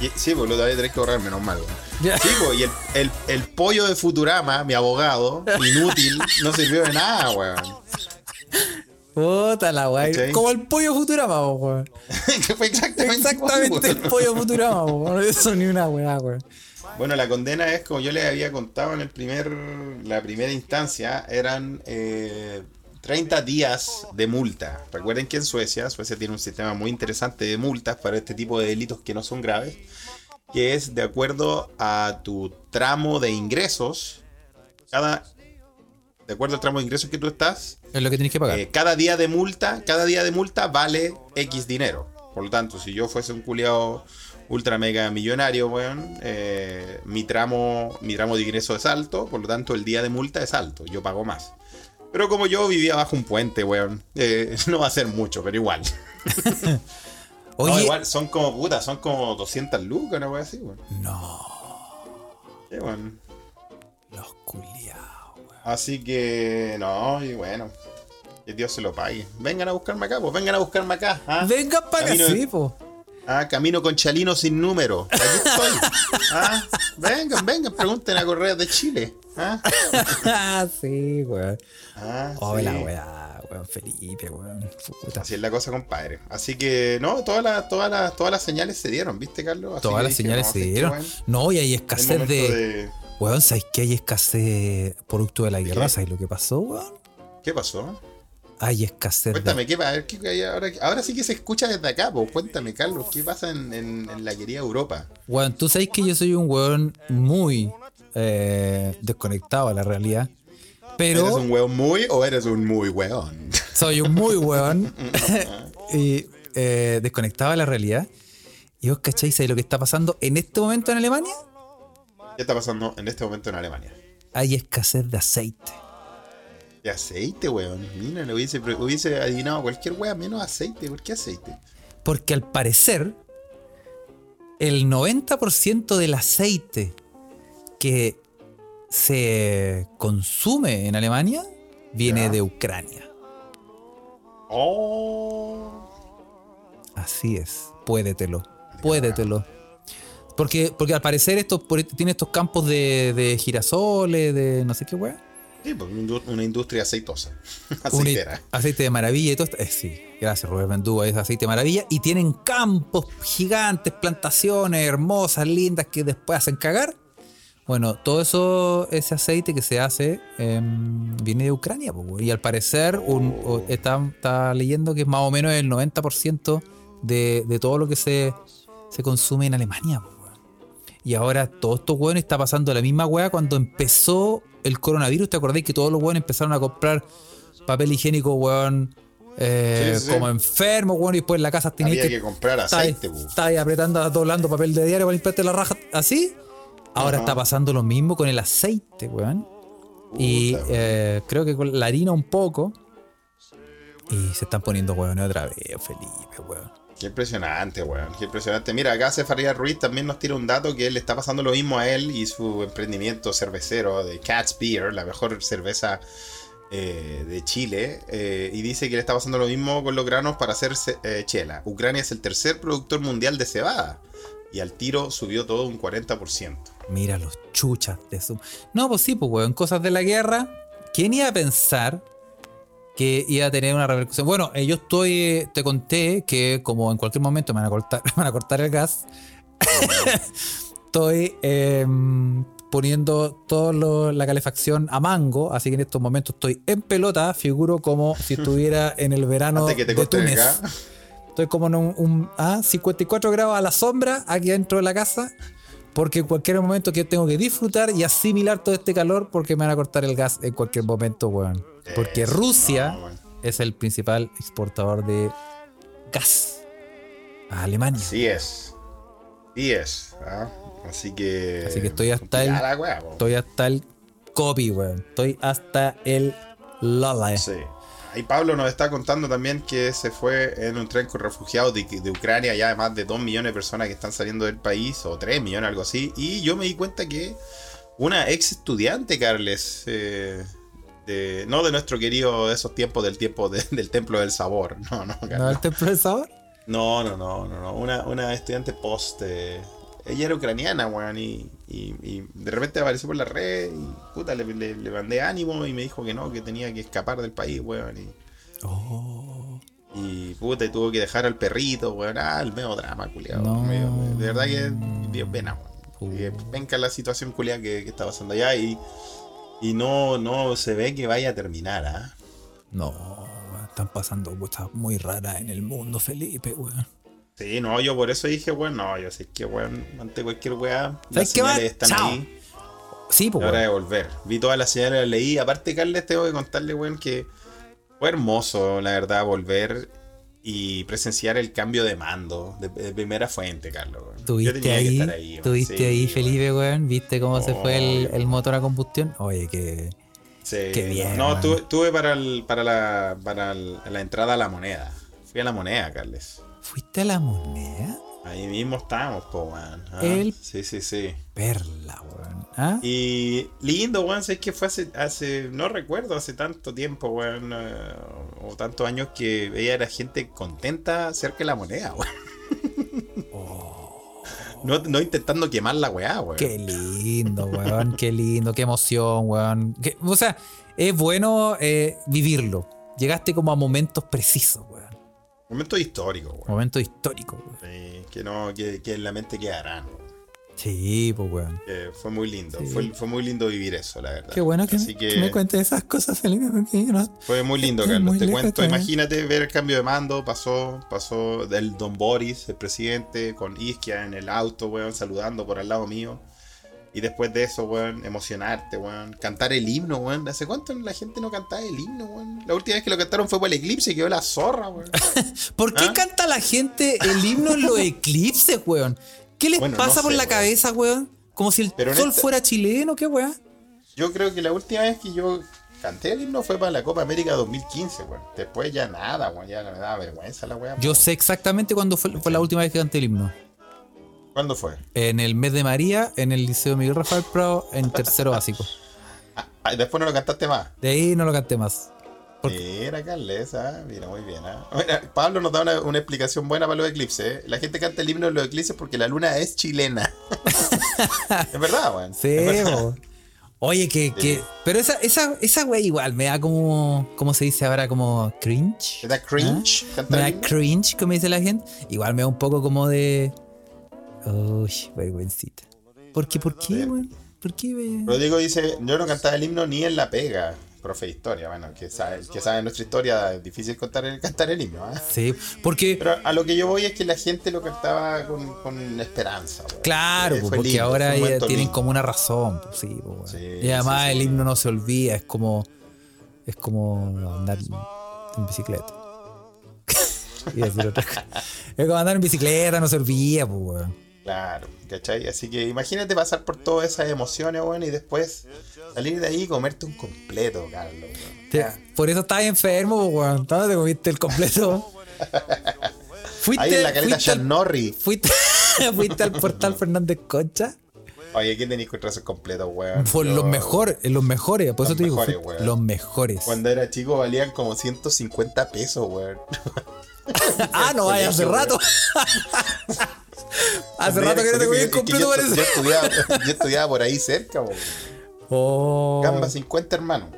A: Y- Sí, pues lo voy a tener que borrar, menos mal. güey.
B: Ya.
A: Sí, pues, y el, el- el pollo de Futurama, mi abogado, inútil, no sirvió de nada, weón.
B: Puta la guay.
A: ¿Cachai?
B: Como el pollo Futurama, po, weón.
A: Que fue exactamente,
B: Exactamente
A: igual,
B: el
A: weón.
B: pollo Futurama, po, weón. Eso ni una weá, weón.
A: Bueno, la condena es, como yo les había contado en el primer, la primera instancia, eran eh, 30 días de multa. Recuerden que en Suecia, Suecia tiene un sistema muy interesante de multas para este tipo de delitos que no son graves, que es de acuerdo a tu tramo de ingresos, cada... De acuerdo al tramo de ingresos que tú estás,
B: Es lo que tenéis que pagar.
A: Eh, cada día de multa, cada día de multa vale X dinero. Por lo tanto, si yo fuese un culiao ultra mega millonario, weón, eh, mi tramo, mi tramo de ingreso es alto, por lo tanto el día de multa es alto, yo pago más. Pero como yo vivía bajo un puente, weón, eh, no va a ser mucho, pero igual. No,
B: Oye,
A: igual son como putas, son como 200 lucas, una weá así, weón.
B: no,
A: Sí, weón.
B: los culiados.
A: Así que, no, y bueno, que Dios se lo pague. Vengan a buscarme acá, pues vengan a buscarme acá. ¿ah?
B: Venga para acá,
A: Camino-
B: sí, po.
A: Ah, camino con Chalino sin número. Aquí estoy. Ah, vengan, vengan, pregunten a Correas de Chile. Ah,
B: Ah, sí, weón.
A: ah,
B: Hola,
A: sí.
B: weá, weón. Felipe, weón. Puta.
A: Así es la cosa, compadre. Así que, no, todas las, todas las, todas las señales se dieron, ¿viste, Carlos? Así
B: Todas
A: que
B: las
A: dije,
B: señales
A: no,
B: se
A: sí,
B: dieron.
A: bueno,
B: No, y hay
A: es
B: escasez
A: momento
B: de.
A: de-
B: Weón, ¿sabes qué? Hay escasez producto de la guerra.
A: qué?
B: ¿Sabes lo que pasó, weón?
A: ¿Qué pasó?
B: Hay escasez de.
A: Cuéntame, ¿qué pasa? ahora, ahora sí que se escucha desde acá, pues cuéntame, Carlos, ¿qué pasa en, en- en la querida Europa?
B: Weón, tú sabes que yo soy un weón muy eh, desconectado a la realidad. Pero.
A: ¿Eres un weón muy o eres un muy weón?
B: soy un muy weón y eh, desconectado de la realidad. Y vos cacháis de lo que está pasando en este momento en Alemania.
A: ¿Qué está pasando en este momento en Alemania?
B: Hay escasez de aceite.
A: De aceite, weón. Mira, le hubiese, pre- hubiese adivinado cualquier weón menos aceite. ¿Por qué aceite?
B: Porque al parecer, el 90% del aceite que se consume en Alemania viene
A: Ya.
B: de Ucrania.
A: Oh.
B: Así es. Puédetelo. Puédetelo. Porque, porque al parecer esto por- este, tiene estos campos de, de girasoles, de no sé qué weá.
A: Sí, pues, una indu- una industria aceitosa.
B: Un
A: Aceitera.
B: aceite de maravilla y todo esto. Eh, sí, gracias Rubén Mendúa, es aceite de maravilla. Y tienen campos gigantes, plantaciones hermosas, lindas, que después hacen cagar. Bueno, todo eso, ese aceite que se hace em, viene de Ucrania. po, güey. y al parecer, un- o- está, está leyendo que es más o menos el 90% de, de todo lo que se, se consume en Alemania. po, güey. Y ahora todo esto, weón, está pasando la misma weá cuando empezó el coronavirus. ¿Te acordáis que todos los weones empezaron a comprar papel higiénico, weón, eh,
A: Sí, sí, sí.
B: como enfermos, weón, y después en la casa tenías
A: Había que comprar
B: está ahí-
A: aceite, pues.
B: está ahí apretando, doblando papel de diario para limpiarte la raja así. Ahora
A: Ajá.
B: está pasando lo mismo con el aceite, weón. Y
A: Puta, weón.
B: eh, creo que con la harina un poco. Y se están poniendo weón otra vez, Felipe, weón.
A: Qué impresionante, weón. Qué impresionante. Mira, acá Cefaría Ruiz también nos tira un dato que le está pasando lo mismo a él y su emprendimiento cervecero de Cat's Beer, la mejor cerveza eh, de Chile. eh, y dice que le está pasando lo mismo con los granos para hacer ce- eh, chela. Ucrania es el tercer productor mundial de cebada. Y al tiro subió todo un 40%.
B: Mira los chuchas de su. No, pues sí, pues weón, cosas de la guerra. ¿Quién iba a pensar que iba a tener una repercusión? Bueno, eh, yo estoy. eh, Te conté que como en cualquier momento me van a cortar, me van a cortar el gas. estoy eh, poniendo toda la calefacción a mango. Así que en estos momentos estoy en pelota. Figuro como si estuviera en el verano
A: Antes que te
B: de
A: corten
B: Túnez.
A: acá.
B: Estoy como en un, un- ah, 54 grados a la sombra aquí dentro de la casa. Porque en cualquier momento que tengo que disfrutar y asimilar todo este calor porque me van a cortar el gas en cualquier momento, weón. Porque
A: Eso,
B: Rusia
A: no, weón.
B: es el principal exportador de gas a Alemania.
A: Así es. Así es. ¿ah? Así que.
B: Así que estoy hasta el-
A: complicada la weá, po.
B: Estoy hasta el copy, weón. Estoy hasta el lala. eh.
A: Sí. Ahí Pablo nos está contando también que se fue en un tren con refugiados de, de Ucrania, ya además de 2 millones de personas que están saliendo del país, o 3 millones, algo así. Y yo me di cuenta que una ex estudiante, Carles, eh, de- no de nuestro querido de esos tiempos del tiempo de- del templo del sabor, no, no, Carles.
B: ¿No el templo del sabor?
A: No, no, no, no, no. Una, una estudiante post. eh, ella era ucraniana, weón, y, y- y de repente apareció por la red y puta, le, le- le mandé ánimo y me dijo que no, que tenía que escapar del país, weón. Y, Oh, y puta, y tuvo que dejar al perrito, weón. Ah, el medio drama, culiado.
B: No. Uh.
A: de verdad que Dios pena, weón. Y, eh, Venga la situación culiada que, que está pasando allá y, y no, no se ve que vaya a terminar, ¿ah?
B: No, weón, están pasando cosas muy raras en el mundo, Felipe, weón.
A: Sí, no, yo por eso dije, weón, no, yo sé que, weón, ante cualquier weá, las
B: ¿Sabes qué,
A: señales
B: man?
A: están
B: Chao.
A: ahí,
B: Sí,
A: la
B: pues,
A: hora
B: weón.
A: de volver. Vi todas las señales, las leí. Aparte, Carles, tengo que contarle, weón, que fue hermoso, la verdad, volver y presenciar el cambio de mando de, de primera fuente, Carlos. weón. Yo
B: Tuviste
A: tenía que
B: ahí,
A: estar ahí, weón.
B: tuviste
A: Sí,
B: ahí,
A: weón. Oh.
B: Felipe, weón. ¿Viste cómo se fue el,
A: Obvio.
B: el motor a combustión? Oye, que.
A: Sí,
B: Qué bien,
A: No,
B: weón.
A: tuve, tuve para, el- para, la, para el- la entrada a la moneda. Fui a la moneda, Carles.
B: ¿Fuiste a la moneda?
A: Ahí mismo estábamos, po, weón. Ah,
B: El-
A: Sí, sí, sí.
B: Perla, weón. ¿Ah?
A: Y lindo, weón, es que fue hace, hace, no recuerdo, hace tanto tiempo, weón, eh, o tantos años que veía a la gente contenta cerca de la moneda, weón. No, no intentando quemar la weá, weón.
B: Oh. Qué lindo, weón. Qué lindo, qué emoción, weón. Qué- o sea, es bueno eh, vivirlo. Llegaste como a momentos precisos, weón.
A: Momento histórico, weón.
B: Momentos históricos, weón.
A: Sí, que no, que, que en la mente quedarán. weón.
B: Sí, pues, weón.
A: Que fue muy lindo,
B: Sí.
A: fue, fue muy lindo vivir eso, la verdad.
B: Qué bueno que,
A: Así
B: me- que me cuentes esas cosas, Felipe, porque yo no.
A: Fue muy lindo,
B: Estoy
A: Carlos.
B: muy
A: Te
B: lejos
A: cuento,
B: todavía.
A: imagínate ver el cambio de mando. Pasó, pasó del Don Boris, el presidente, con Isquia en el auto, weón, saludando por al lado mío. Y después de eso, weón, emocionarte, weón. Cantar el himno, weón. ¿Hace cuánto la gente no cantaba el himno, weón? La última vez que lo cantaron fue por el eclipse y quedó la zorra, weón.
B: ¿Por qué
A: ¿Ah?
B: canta la gente el himno en los eclipses, weón? ¿Qué les
A: Bueno, no
B: pasa por
A: sé,
B: la
A: weón.
B: cabeza, weón? Como si el
A: Pero en
B: sol
A: esta-
B: fuera chileno, qué weá.
A: Yo creo que la última vez que yo canté el himno fue para la Copa América 2015, weón. Después ya nada, weón. Ya me daba vergüenza la weá.
B: Yo sé exactamente cuándo fue, fue la última vez que canté el himno.
A: ¿Cuándo fue?
B: En el mes de María, en el Liceo Miguel Rafael Prado, en tercero básico.
A: Ah, ah, después no lo cantaste más.
B: De ahí no lo canté más. Porque-
A: Mira, Carlesa, mira, muy bien. ah. Mira, Pablo nos da una, una explicación buena para los eclipses. ¿eh? La gente canta el himno de los eclipses porque la luna es chilena. es verdad, weón.
B: Sí, po. Oye, que, que. Pero esa, esa, esa wea igual me da como. ¿Cómo se dice ahora? Como cringe.
A: ¿Te da cringe
B: ¿Ah?
A: cantar
B: Me
A: el
B: da
A: himno?
B: cringe, como dice la gente. Igual me da un poco como de. Uy, vergüencita. ¿Por qué, por qué, weón? ¿Por qué, weón?
A: Rodrigo dice: Yo no cantaba el himno ni en la pega. Profe de historia, bueno, que sabe, el que sabe nuestra historia, es difícil contar el, cantar el himno. ¿ah?
B: Sí, porque.
A: Pero a lo que yo voy es que la gente lo cantaba con, con esperanza. weón.
B: Claro,
A: Eh,
B: po,
A: fue
B: porque
A: lindo,
B: ahora
A: fue un
B: ya
A: momento
B: tienen
A: lindo.
B: como una razón. po, sí, po, weón.
A: Sí,
B: y además
A: sí, sí.
B: el himno no se olvida, es como. Es como andar en bicicleta. Iba a decir otra cosa. Es como andar en bicicleta, no se olvida, pues, weón.
A: Claro, ¿cachai? Así que imagínate pasar por todas esas emociones, weón, y después salir de ahí y comerte un completo, Carlos. weón.
B: Te- Por eso estás enfermo, po, weón. ¿Dónde te comiste el completo? fuiste,
A: Ahí en la caleta
B: fuiste, al,
A: Chanorri.
B: fuiste, fuiste al portal Fernández Concha.
A: Oye, ¿qué tenéis contra esos completos, weón?
B: Fue
A: Yo-
B: los mejores, los mejores, por eso
A: Los
B: te digo,
A: mejores,
B: fue-
A: weón.
B: los mejores.
A: Cuando era chico valían como 150 pesos, weón.
B: Ah, no, ay, hace
A: Colegio,
B: rato. hace rato que no te comí el
A: Es que
B: completo,
A: yo,
B: parece.
A: yo estudiaba, yo estudiaba por ahí cerca, weón.
B: Oh,
A: Gamba 50, hermano.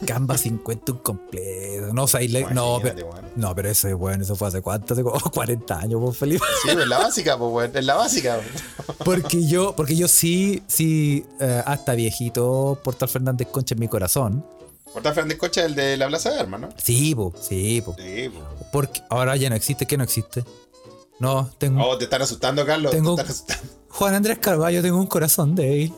B: Gamba 50 un completo. No, o sea, y le- Eh, no,
A: Imagínate,
B: pero,
A: weón.
B: no, pero eso es bueno, eso fue hace cuánto, hace como 40 años, pues Felipe.
A: Sí, en la básica, pues, weón. En la básica, weón.
B: Porque yo, porque yo sí, sí, eh, hasta viejito, Portal Fernández Concha en mi corazón.
A: Portal Fernández Cocha es el de la Plaza de Armas, ¿no?
B: Sí, po, sí, po.
A: Sí, pues.
B: Porque ahora ya no existe, ¿qué no existe? No, tengo.
A: Oh, te están asustando, Carlos.
B: Mm. Tengo-
A: Te están asustando.
B: Juan Andrés Carballo, tengo un corazón de él.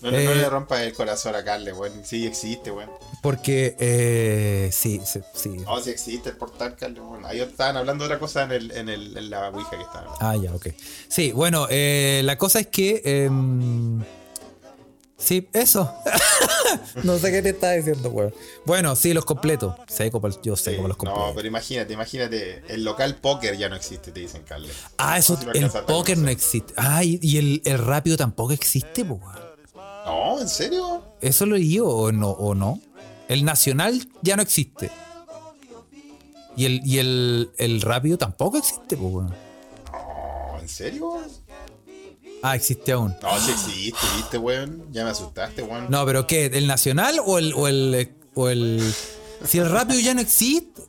A: No, no, no
B: Eh.
A: le rompas el corazón a Carles, weón. Sí existe, weón.
B: Porque, eh, sí, sí, sí.
A: No, sí existe el portal, Carles, weón. Ahí estaban hablando de otra cosa en, el, en, el, en la Ouija que estaban.
B: Ah, ya, ok. Sí, bueno, eh, la cosa es que. em, sí, eso. no sé qué te está diciendo, weón. Bueno, sí, los completos. Seco, pal- yo
A: Sí,
B: seco para los
A: no,
B: completos.
A: pero imagínate, imagínate. El local póker ya no existe, te dicen, Carles.
B: ah, eso,
A: Sí lo
B: el
A: alcanzaste a
B: póker no
A: conocer.
B: existe. Ah, y, y el, el rápido tampoco existe, po, weón.
A: No, ¿en serio?
B: ¿Eso lo leí o no? O no? El nacional ya no existe. Y el, y el, el rápido tampoco existe, po, weón.
A: No, ¿en serio?
B: Ah, existe aún.
A: No, sí existe, viste, weón. Ya me asustaste, weón.
B: No, pero ¿qué? ¿El nacional o el. O el, o el si el rápido ya no existe.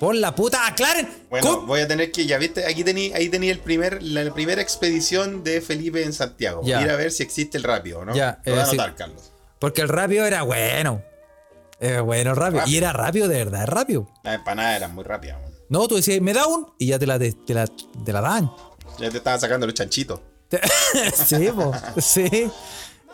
B: Por la puta, aclaren.
A: Bueno,
B: Co-
A: voy a tener que, ya viste, aquí tení, ahí tení el primer, la, la primera expedición de Felipe en Santiago.
B: Ya.
A: Ir a ver si existe el rápido, ¿no?
B: Ya,
A: Lo voy
B: eh,
A: a
B: sí.
A: anotar, Carlos.
B: porque el rápido era bueno. Era bueno, rápido. Y era rápido, de verdad, es rápido.
A: Las empanadas eran muy rápidas, weón.
B: No, tú decías, me da un. Y ya te la, te, te la, te la dan.
A: Ya te estaban sacando los chanchitos.
B: Te- sí, po, sí.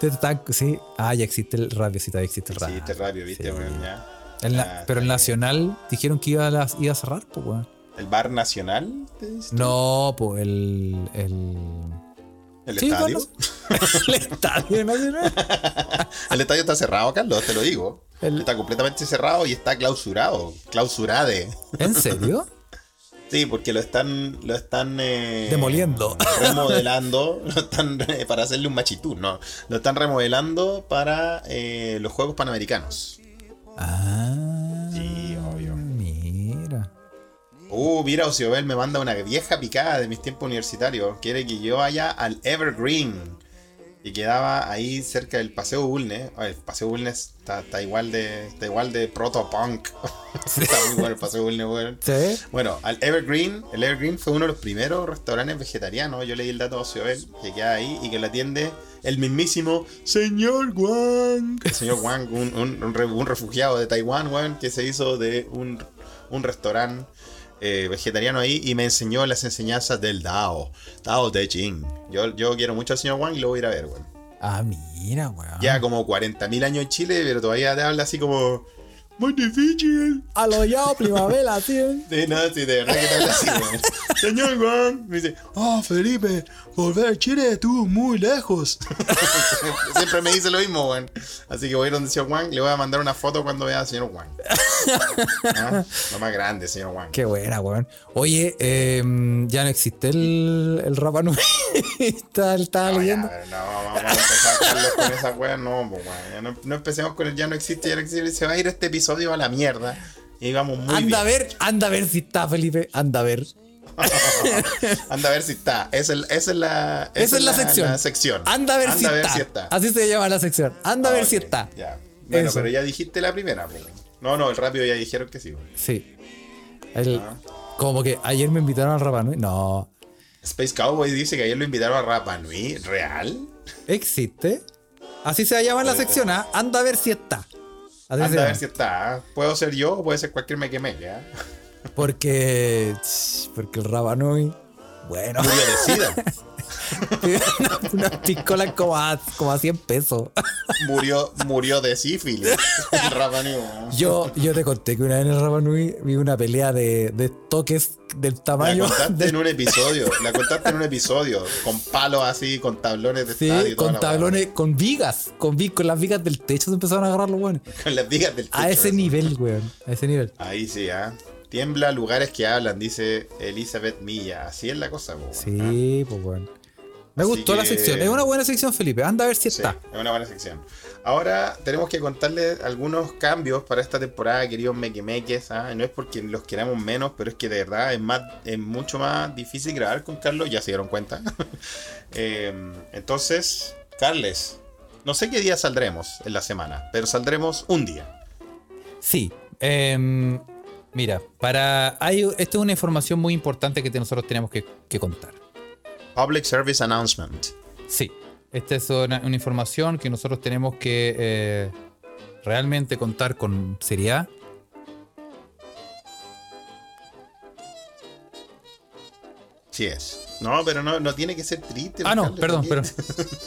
B: Te, te dan- sí. Ah, ya existe el rápido, sí, todavía existe el rápido.
A: Existe el rápido, viste,
B: Sí.
A: weón, ya.
B: El na-
A: Ah, está
B: pero el
A: bien.
B: nacional dijeron que iba a, las- iba a cerrar, pues, weón.
A: ¿El bar nacional? te dice?
B: No, pues el. el...
A: ¿El
B: Sí,
A: estadio?
B: bueno, el estadio nacional.
A: Ah, El estadio está cerrado, Carlos, te lo digo.
B: El-
A: Está completamente cerrado y está clausurado. Clausurade.
B: ¿En serio?
A: Sí, porque lo están. Lo están eh,
B: Demoliendo.
A: Remodelando. lo están, eh, para hacerle un machitú, ¿no? Lo están remodelando para eh, los Juegos Panamericanos.
B: Ah.
A: Sí, obvio.
B: Mira.
A: Uh, mira, Ociobel me manda una vieja picada de mis tiempos universitarios. Quiere que yo vaya al Evergreen. Y quedaba ahí cerca del Paseo Bulnes. Ay, el Paseo Bulnes está, está igual de está igual de proto-punk. está muy bueno el Paseo Bulnes, weón.
B: Sí.
A: Bueno, al Evergreen. El Evergreen fue uno de los primeros restaurantes vegetarianos. Yo leí el dato a Ociobel que queda ahí y que lo atiende el mismísimo Señor Wang. El señor Wang, un, un- un re- un refugiado de Taiwán, weón, que se hizo de un, un restaurante eh, vegetariano ahí y me enseñó las enseñanzas del Dao, Dao de Jing. Yo, yo quiero mucho al señor Wang y lo voy a ir a ver, weón.
B: Ah, mira, weón.
A: Ya como 40.000 años en Chile, pero todavía te habla así como. Muy difícil.
B: A lo ya primavera, tío.
A: Sí, no, sí, de verdad que tal así, weón. Señor Juan, me dice,
B: "Ah,
A: oh, Felipe, volver a Chile estuvo muy lejos. Siempre me dice lo mismo, weón. Así que voy a ir donde señor Juan, le voy a mandar una foto cuando vea al señor Juan. Ah, Lo más grande, señor Juan.
B: Qué buena, weón. Oye, eh, ya no existe el, el Rapa Nui. Estaba estaba
A: No, Ah, ya,
B: leyendo.
A: pero no, vamos a empezar Carlos, con esa weá, no, po, weón. Ya no, no empecemos con el ya no existe, ya no existe, se va a ir este episodio a la mierda. Y vamos muy
B: anda a
A: bien.
B: ver, anda a ver si está Felipe, anda a ver.
A: Anda a ver si está. Esa es, esa es la,
B: Esa es la sección. Anda a ver, si, está. Así se llama la sección. Anda a ver
A: Ok,
B: si está.
A: Ya. Bueno,
B: Eso.
A: pero ya dijiste la primera. po. No, no, el rápido ya dijeron que sí. po.
B: Sí. El-
A: Ah.
B: Como que ayer me invitaron al Rapa Nui. No.
A: Space Cowboy dice que ayer lo invitaron a Rapa Nui. ¿Real?
B: ¿Existe? Así se llama la
A: Oh.
B: sección, ¿ah? Anda a ver si está. Así se
A: Anda a
B: llama.
A: ver si está. ¿Puedo ser yo o puede ser cualquier me quemé? ¿ya?
B: Porque. ch, Porque el Rapa Nui. Bueno,
A: Murió de sida.
B: unas una piscolas como a, como a 100 pesos.
A: Murió, murió de sífilis. El Rapa Nui. po.
B: Yo, yo te conté que una vez en el Rapa Nui vi una pelea de, de toques del
A: La
B: tamaño.
A: contaste
B: del-
A: en un episodio. La contaste en un episodio. Con palos así, con tablones de
B: Sí,
A: estadio. y toda
B: con
A: la weá.
B: tablones, con vigas, con, vi- con las vigas del techo se empezaron a agarrar los weones.
A: Con las vigas del
B: A
A: techo,
B: ese
A: eso.
B: nivel, weón. A ese nivel.
A: Ahí sí, ¿ah? Tiembla lugares que hablan, dice Elizabeth Milla. Así es la cosa, po, ¿ah?
B: Sí, pues weón. Me
A: Así
B: gustó la
A: que-
B: sección. Es una buena sección, Felipe. Anda a ver si
A: Sí,
B: está.
A: es una buena sección. Ahora tenemos que contarles algunos cambios para esta temporada, queridos mequemeques. ¿ah? No es porque los queramos menos, pero es que de verdad es, más, es mucho más difícil grabar con Carlos, ya se dieron cuenta. Eh, entonces, Carles, no sé qué día saldremos en la semana, pero saldremos un día.
B: Sí. em, mira, para. Hay, esta es una información muy importante que te- nosotros tenemos que, que contar.
A: Public Service Announcement.
B: Sí. Esta es una, una información que nosotros tenemos que eh, realmente contar con seriedad.
A: Sí es. No, pero no, no tiene que ser triste.
B: Ah, no,
A: Carles,
B: perdón,
A: tiene-
B: perdón.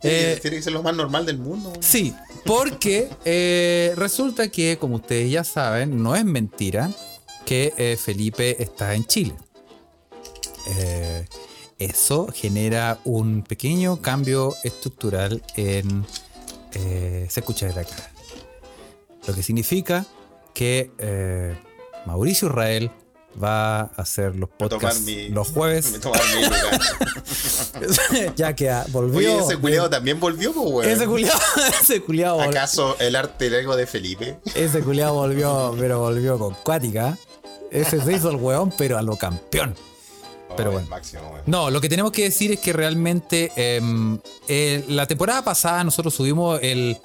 A: Tiene, que-
B: Eh,
A: tiene que ser lo más normal del mundo.
B: Sí, porque eh, resulta que, como ustedes ya saben, no es mentira que eh, Felipe está en Chile. Eh, eso genera un pequeño cambio estructural en... eh, se escucha desde acá. Lo que significa que eh, Mauricio Israel va a hacer los
A: Voy a tomar
B: podcasts
A: mi-
B: los
A: voy a
B: jueves,
A: tomar mi lugar.
B: ya que ah, volvió.
A: Oye, ese culiao también volvió, pues, weón.
B: Ese culiao, ese culiao volvió.
A: ¿Acaso el arte ego de Felipe?
B: Ese culiado volvió, pero volvió con cuática. Ese se hizo el weón, pero a lo campeón. Pero
A: Oh,
B: bueno.
A: el máximo, weón.
B: No, lo que tenemos que decir es que realmente em, eh, la temporada pasada nosotros subimos el,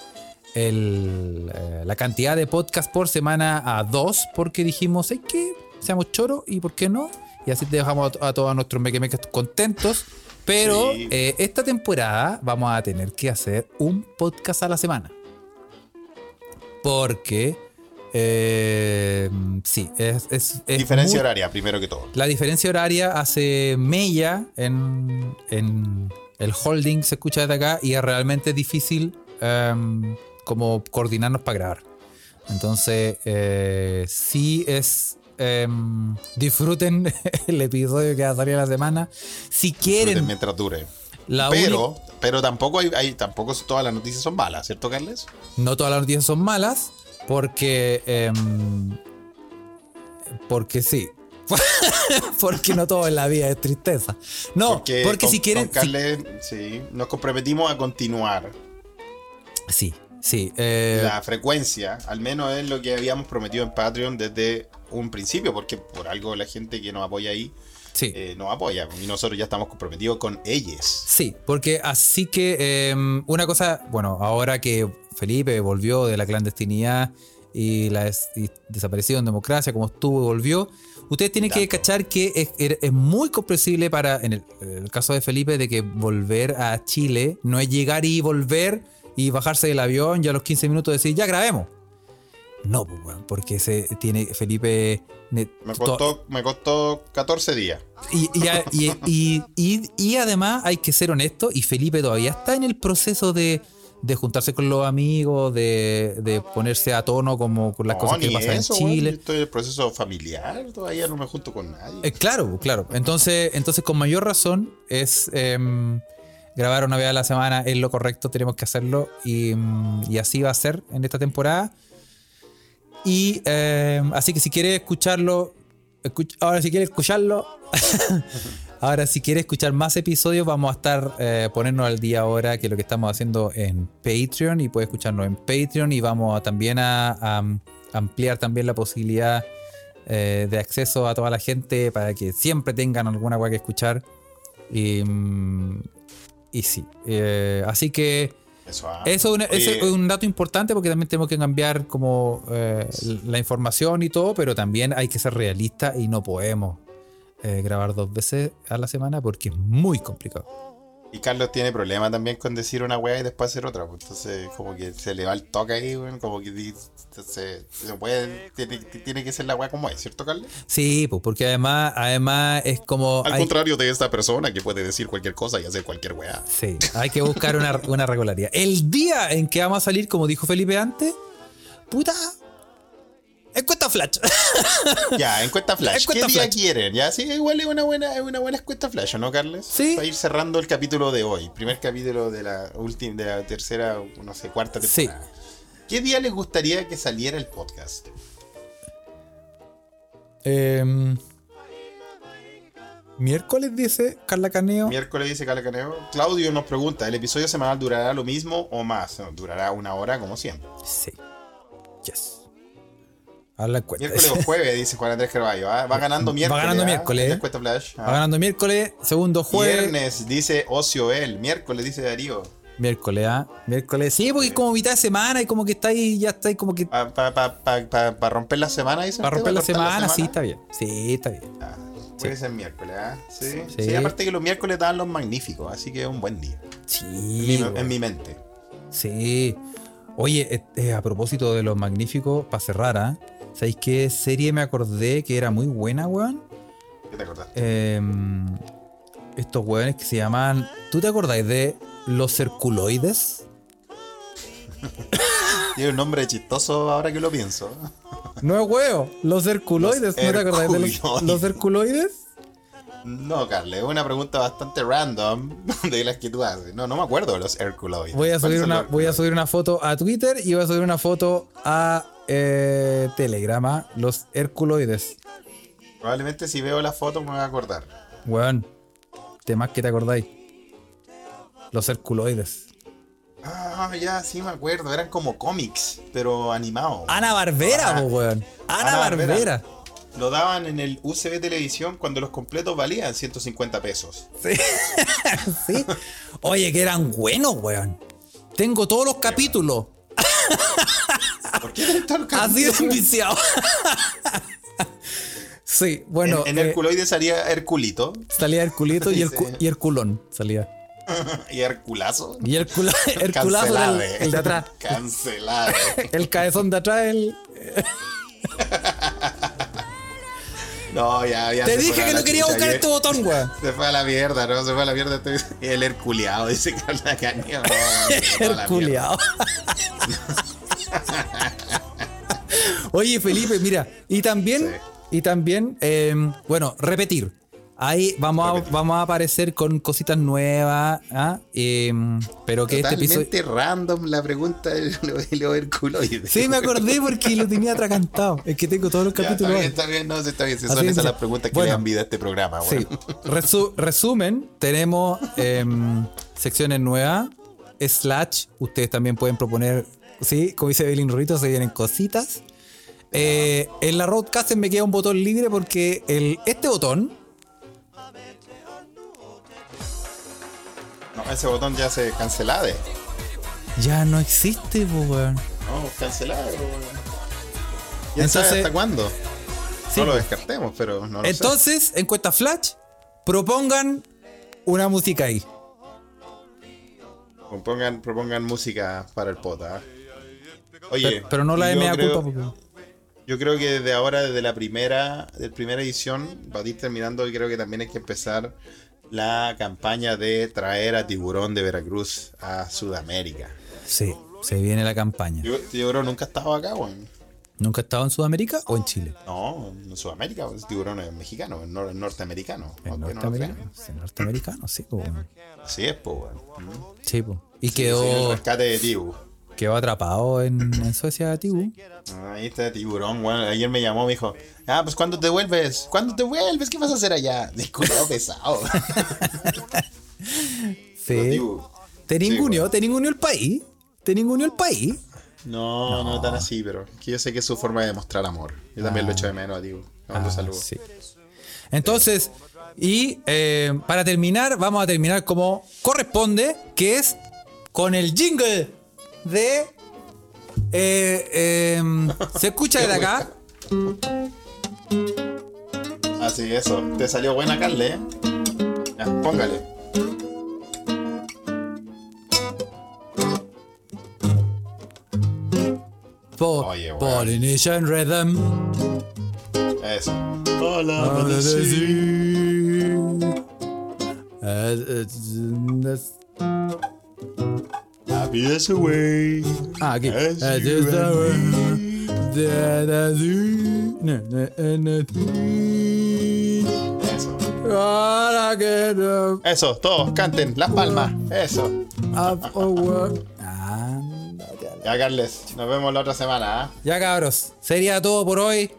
B: el, eh, la cantidad de podcasts por semana a dos porque dijimos, hay que seamos choros y por qué no. Y así dejamos a, a todos nuestros mequemeques contentos. Pero
A: Sí.
B: eh, esta temporada vamos a tener que hacer un podcast a la semana. Porque... eh, sí, es... es, es
A: Diferencia
B: muy-
A: horaria, primero que todo.
B: la diferencia horaria hace mella en, en el holding, se escucha desde acá, y es realmente difícil em, como coordinarnos para grabar. Entonces, eh, sí es... em, disfruten el episodio que va a salir a la semana. Si
A: Disfruten
B: quieren,
A: Mientras dure.
B: la única-
A: Pero, pero tampoco hay, hay- tampoco todas las noticias son malas, ¿cierto, Carles?
B: no todas las noticias son malas, porque. em, porque sí. porque no todo en la vida es tristeza. No, porque,
A: con-
B: si quieren.
A: con
B: si-
A: Carles, sí, nos comprometimos a continuar
B: sí, sí. eh,
A: la frecuencia, al menos es lo que habíamos prometido en Patreon desde un principio, porque por algo la gente que nos apoya ahí
B: sí.
A: eh, nos apoya y nosotros ya estamos comprometidos con ellas.
B: Sí, porque así que eh, una cosa, bueno, ahora que Felipe volvió de la clandestinidad y la des- y desapareció en democracia, como estuvo y volvió, ustedes tienen que
A: Exacto.
B: cachar que es, er- es muy comprensible para, en el, en el caso de Felipe, de que volver a Chile no es llegar y volver y bajarse del avión y a los 15 minutos decir, ya grabemos. No, pues, weón, porque se tiene Felipe... ne-
A: Me
B: to-
A: costó, me costó 14 días.
B: y, y, y- y- y- y además hay que ser honesto y Felipe todavía está en el proceso de, de juntarse con los amigos, de, de ponerse a tono como con las
A: No,
B: cosas que
A: ni
B: pasan
A: eso,
B: en
A: weón.
B: Chile.
A: Yo estoy en el proceso familiar, todavía no me junto con nadie.
B: Eh, claro, claro. Entonces, entonces, con mayor razón, es em, grabar una vez a la semana es lo correcto, tenemos que hacerlo. Y, mm, y así va a ser en esta temporada. Y em, así que si quiere escucharlo, escuch- ahora si quiere escucharlo, ahora si quiere escuchar más episodios, vamos a estar eh, ponernos al día ahora que lo que estamos haciendo en Patreon y puede escucharnos en Patreon y vamos a- también a- a ampliar también la posibilidad eh, de acceso a toda la gente para que siempre tengan alguna cosa que escuchar. Y, mm, y sí. Eh, así que
A: Eso, ah.
B: eso es una-
A: Oye,
B: ese es un dato importante porque también tenemos que cambiar como eh, la información y todo, pero también hay que ser realistas y no podemos eh, grabar dos veces a la semana porque es muy complicado.
A: Y Carlos tiene problema también con decir una weá y después hacer otra. pues, Entonces, como que se le va el toque ahí, weón. Como que di- se, se puede, tiene, tiene que ser la weá como es, ¿cierto, Carlos?
B: Sí, pues porque además, además es como...
A: Al
B: Oh, hay-
A: contrario de esta persona que puede decir cualquier cosa y hacer cualquier weá.
B: Sí, hay que buscar una, una regularidad. El día en que vamos a salir, como dijo Felipe antes, puta. Encuesta flash.
A: Ya, encuesta flash.
B: Encuesta
A: ¿Qué día
B: flash.
A: quieren? Ya, sí, igual es una buena, es una buena encuesta flash, ¿o ¿no, Carles?
B: Sí.
A: Para ir cerrando el capítulo de hoy. Primer capítulo de la última, de la tercera, no sé, cuarta
B: Sí.
A: temporada. ¿Qué día les gustaría que saliera el podcast?
B: Em, miércoles dice Carla Caneo.
A: Miércoles dice Carla Caneo. Claudio nos pregunta, ¿el episodio semanal durará lo mismo o más? No, durará una hora como siempre.
B: Sí. Yes. A la encuesta.
A: Miércoles o jueves, dice Juan Andrés Carballo. Ah, Va ganando
B: Va
A: miércoles.
B: ganando
A: ¿ah?
B: miércoles.
A: La encuesta flash. Ah.
B: Va ganando miércoles, segundo jueves.
A: Viernes, dice Ocio él. Miércoles, dice Darío.
B: Miércoles, ¿ah? Miércoles. Sí, porque es como mitad de semana y como que está ahí, ya está ahí como que.
A: Para romper Ah, la semana, dice.
B: Para
A: usted,
B: romper la
A: cortar
B: semana, sí, está bien. Sí, está bien.
A: Ah, puede ser miércoles, ¿ah? Sí.
B: Sí.
A: Sí, aparte que los miércoles dan los magníficos, así que es un buen día.
B: Sí.
A: Mi-
B: güey.
A: en mi mente.
B: Sí. Oye, eh, eh, a propósito de los magníficos, para cerrar, ¿ah? ¿sabéis qué serie me acordé que era muy buena, weón?
A: ¿Qué te acordaste?
B: Eh, estos weones que se llaman. ¿Tú te acordáis de los circuloides?
A: Tiene un nombre chistoso ahora que lo pienso.
B: No es huevo, los circuloides.
A: Los
B: ¿No te acordáis de los,
A: herculoides.
B: los circuloides?
A: No, Carle, es una pregunta bastante random de las que tú haces. No, no me acuerdo de los Herculoides.
B: Voy a,
A: ¿Cuáles
B: subir
A: son los
B: una, voy a subir una foto a Twitter y voy a subir una foto a eh, Telegrama, los herculoides.
A: Herculoides? Probablemente si veo la foto me voy a acordar.
B: Weón, temas que te acordáis. Los herculoides.
A: Ah, ya, sí me acuerdo. Eran como cómics, pero animados.
B: Ana Barbera,
A: Ajá.
B: po, weón. Ana Barbera.
A: Lo daban en el UCB Televisión cuando los completos valían 150 pesos.
B: Sí. Oye, que eran buenos, weón. Tengo todos los capítulos.
A: ¿Por qué eran tan caros?
B: Así de enviciado. sí, bueno.
A: en,
B: eh,
A: en Herculoides salía Herculito
B: salía Herculito y, el
A: Sí.
B: cu- y Herculón. Salía.
A: y Herculazo.
B: Y Hercula, Herculazo era el,
A: Cancelade.
B: el de atrás.
A: Cancelade.
B: El cabezón de atrás, el.
A: No, ya, ya.
B: Te
A: se fue
B: dije
A: la-
B: que
A: la
B: no quería
A: chucha,
B: buscar
A: ya.
B: este botón, weón.
A: Se fue a la mierda, ¿no? Se fue a la mierda. Estoy... El herculeado, dice Carla Canio. No, se fue a la mierda.
B: Herculeado. Oye, Felipe, mira, y también, y también, eh, bueno, repetir. Ahí vamos a,
A: Repetir.
B: vamos a aparecer con cositas nuevas, ¿ah? Eh, pero que este
A: Totalmente
B: episodio...
A: random la pregunta de los de los herculoides.
B: Sí, me acordé porque lo tenía atracantado. Es que tengo todos los
A: Ya, está
B: capítulos.
A: bien,
B: ahí.
A: está bien, no, sí, está bien. Si
B: Así
A: son
B: es,
A: esas
B: sí.
A: las preguntas que
B: Bueno.
A: le dan vida a este programa,
B: Sí.
A: bueno.
B: Resu- resumen, tenemos em, secciones nuevas, slash, ustedes también pueden proponer, sí, como dice Belín Rito, se vienen cositas. Eh, en la roadcast me queda un botón libre porque el, este botón,
A: No, ese botón ya se cancelade.
B: ya no existe, po, weón.
A: No, cancelado. ¿Y
B: Entonces-
A: hasta cuándo?
B: Sí. pues.
A: No lo descartemos, pero no lo sé.
B: Entonces, encuesta Flash, propongan una música ahí.
A: Propongan, propongan música para el pota. Oye,
B: Pero, pero no la de
A: yo
B: mea
A: creo-
B: culpa. Porque...
A: Yo creo que desde ahora, desde la primera, de primera edición, va a ir terminando y creo que también hay que empezar la campaña de traer a Tiburón de Veracruz a Sudamérica.
B: Sí, se viene la campaña.
A: Yo, tiburón nunca estaba acá, weón.
B: ¿Nunca he estado en Sudamérica o en Chile?
A: No, en Sudamérica, el tiburón es mexicano, es nor- norteamericano.
B: En
A: aunque no lo
B: norteamericano.
A: crean.
B: en norteamericano, sí, po, weón.
A: Así es, po, weón. Mm.
B: Sí, po. Y
A: Sí, el
B: quedó,
A: rescate de Tibu.
B: quedó atrapado en, en Suecia, Tibu.
A: Ah, Ahí está tiburón, weón. Ayer me llamó, me dijo, ah, pues ¿cuándo te vuelves? ¿Cuándo te vuelves? ¿Qué vas a hacer allá? Disculpa, pesado.
B: Sí.
A: Tibu.
B: ¿Te
A: Sí,
B: ninguneó? ¿Te ninguneó el país? ¿Te ninguneó el país?
A: No, no, tan así, pero que yo sé que es su forma de demostrar amor. Yo también lo echo de menos a Tibu. Le mando
B: Ah,
A: saludos.
B: sí. Entonces, y eh, para terminar, vamos a terminar como corresponde, que es con el jingle de... eh, eh, ¿Se escucha desde acá?
A: Así que Ah, eso, te salió buena, Carle, ¿eh? Ya, póngale.
B: Po-
A: Oye, weón.
B: Polynesian Rhythm.
A: Eso. Hola,
B: Ah,
A: brother.
B: sí.
A: Sí.
B: Eh, eh, that's-
A: Happy as a way.
B: Ah, aquí.
A: As
B: Eh,
A: you
B: just a
A: and
B: word.
A: me.
B: Da, da, du. Na, na, na, na.
A: Eso.
B: Ahora que no-
A: Eso, todos canten, las palmas. Eso.
B: Up or work. Ah,
A: Ya, Carles, nos vemos la otra semana. ¿ah?
B: Ya cabros, sería todo por hoy.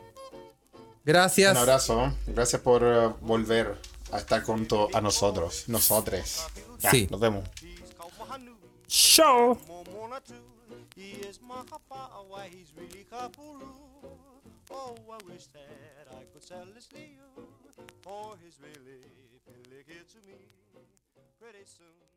B: Gracias.
A: Un abrazo. Gracias por eh, volver a estar junto a nosotros. Nosotres. Ya,
B: Sí.
A: Nos vemos.
B: Chao.
C: Momona too. He is my papa, oh, why he's really kapulu. Oh, I wish that I could sell this to you, for he's really pelican to me. Pretty soon.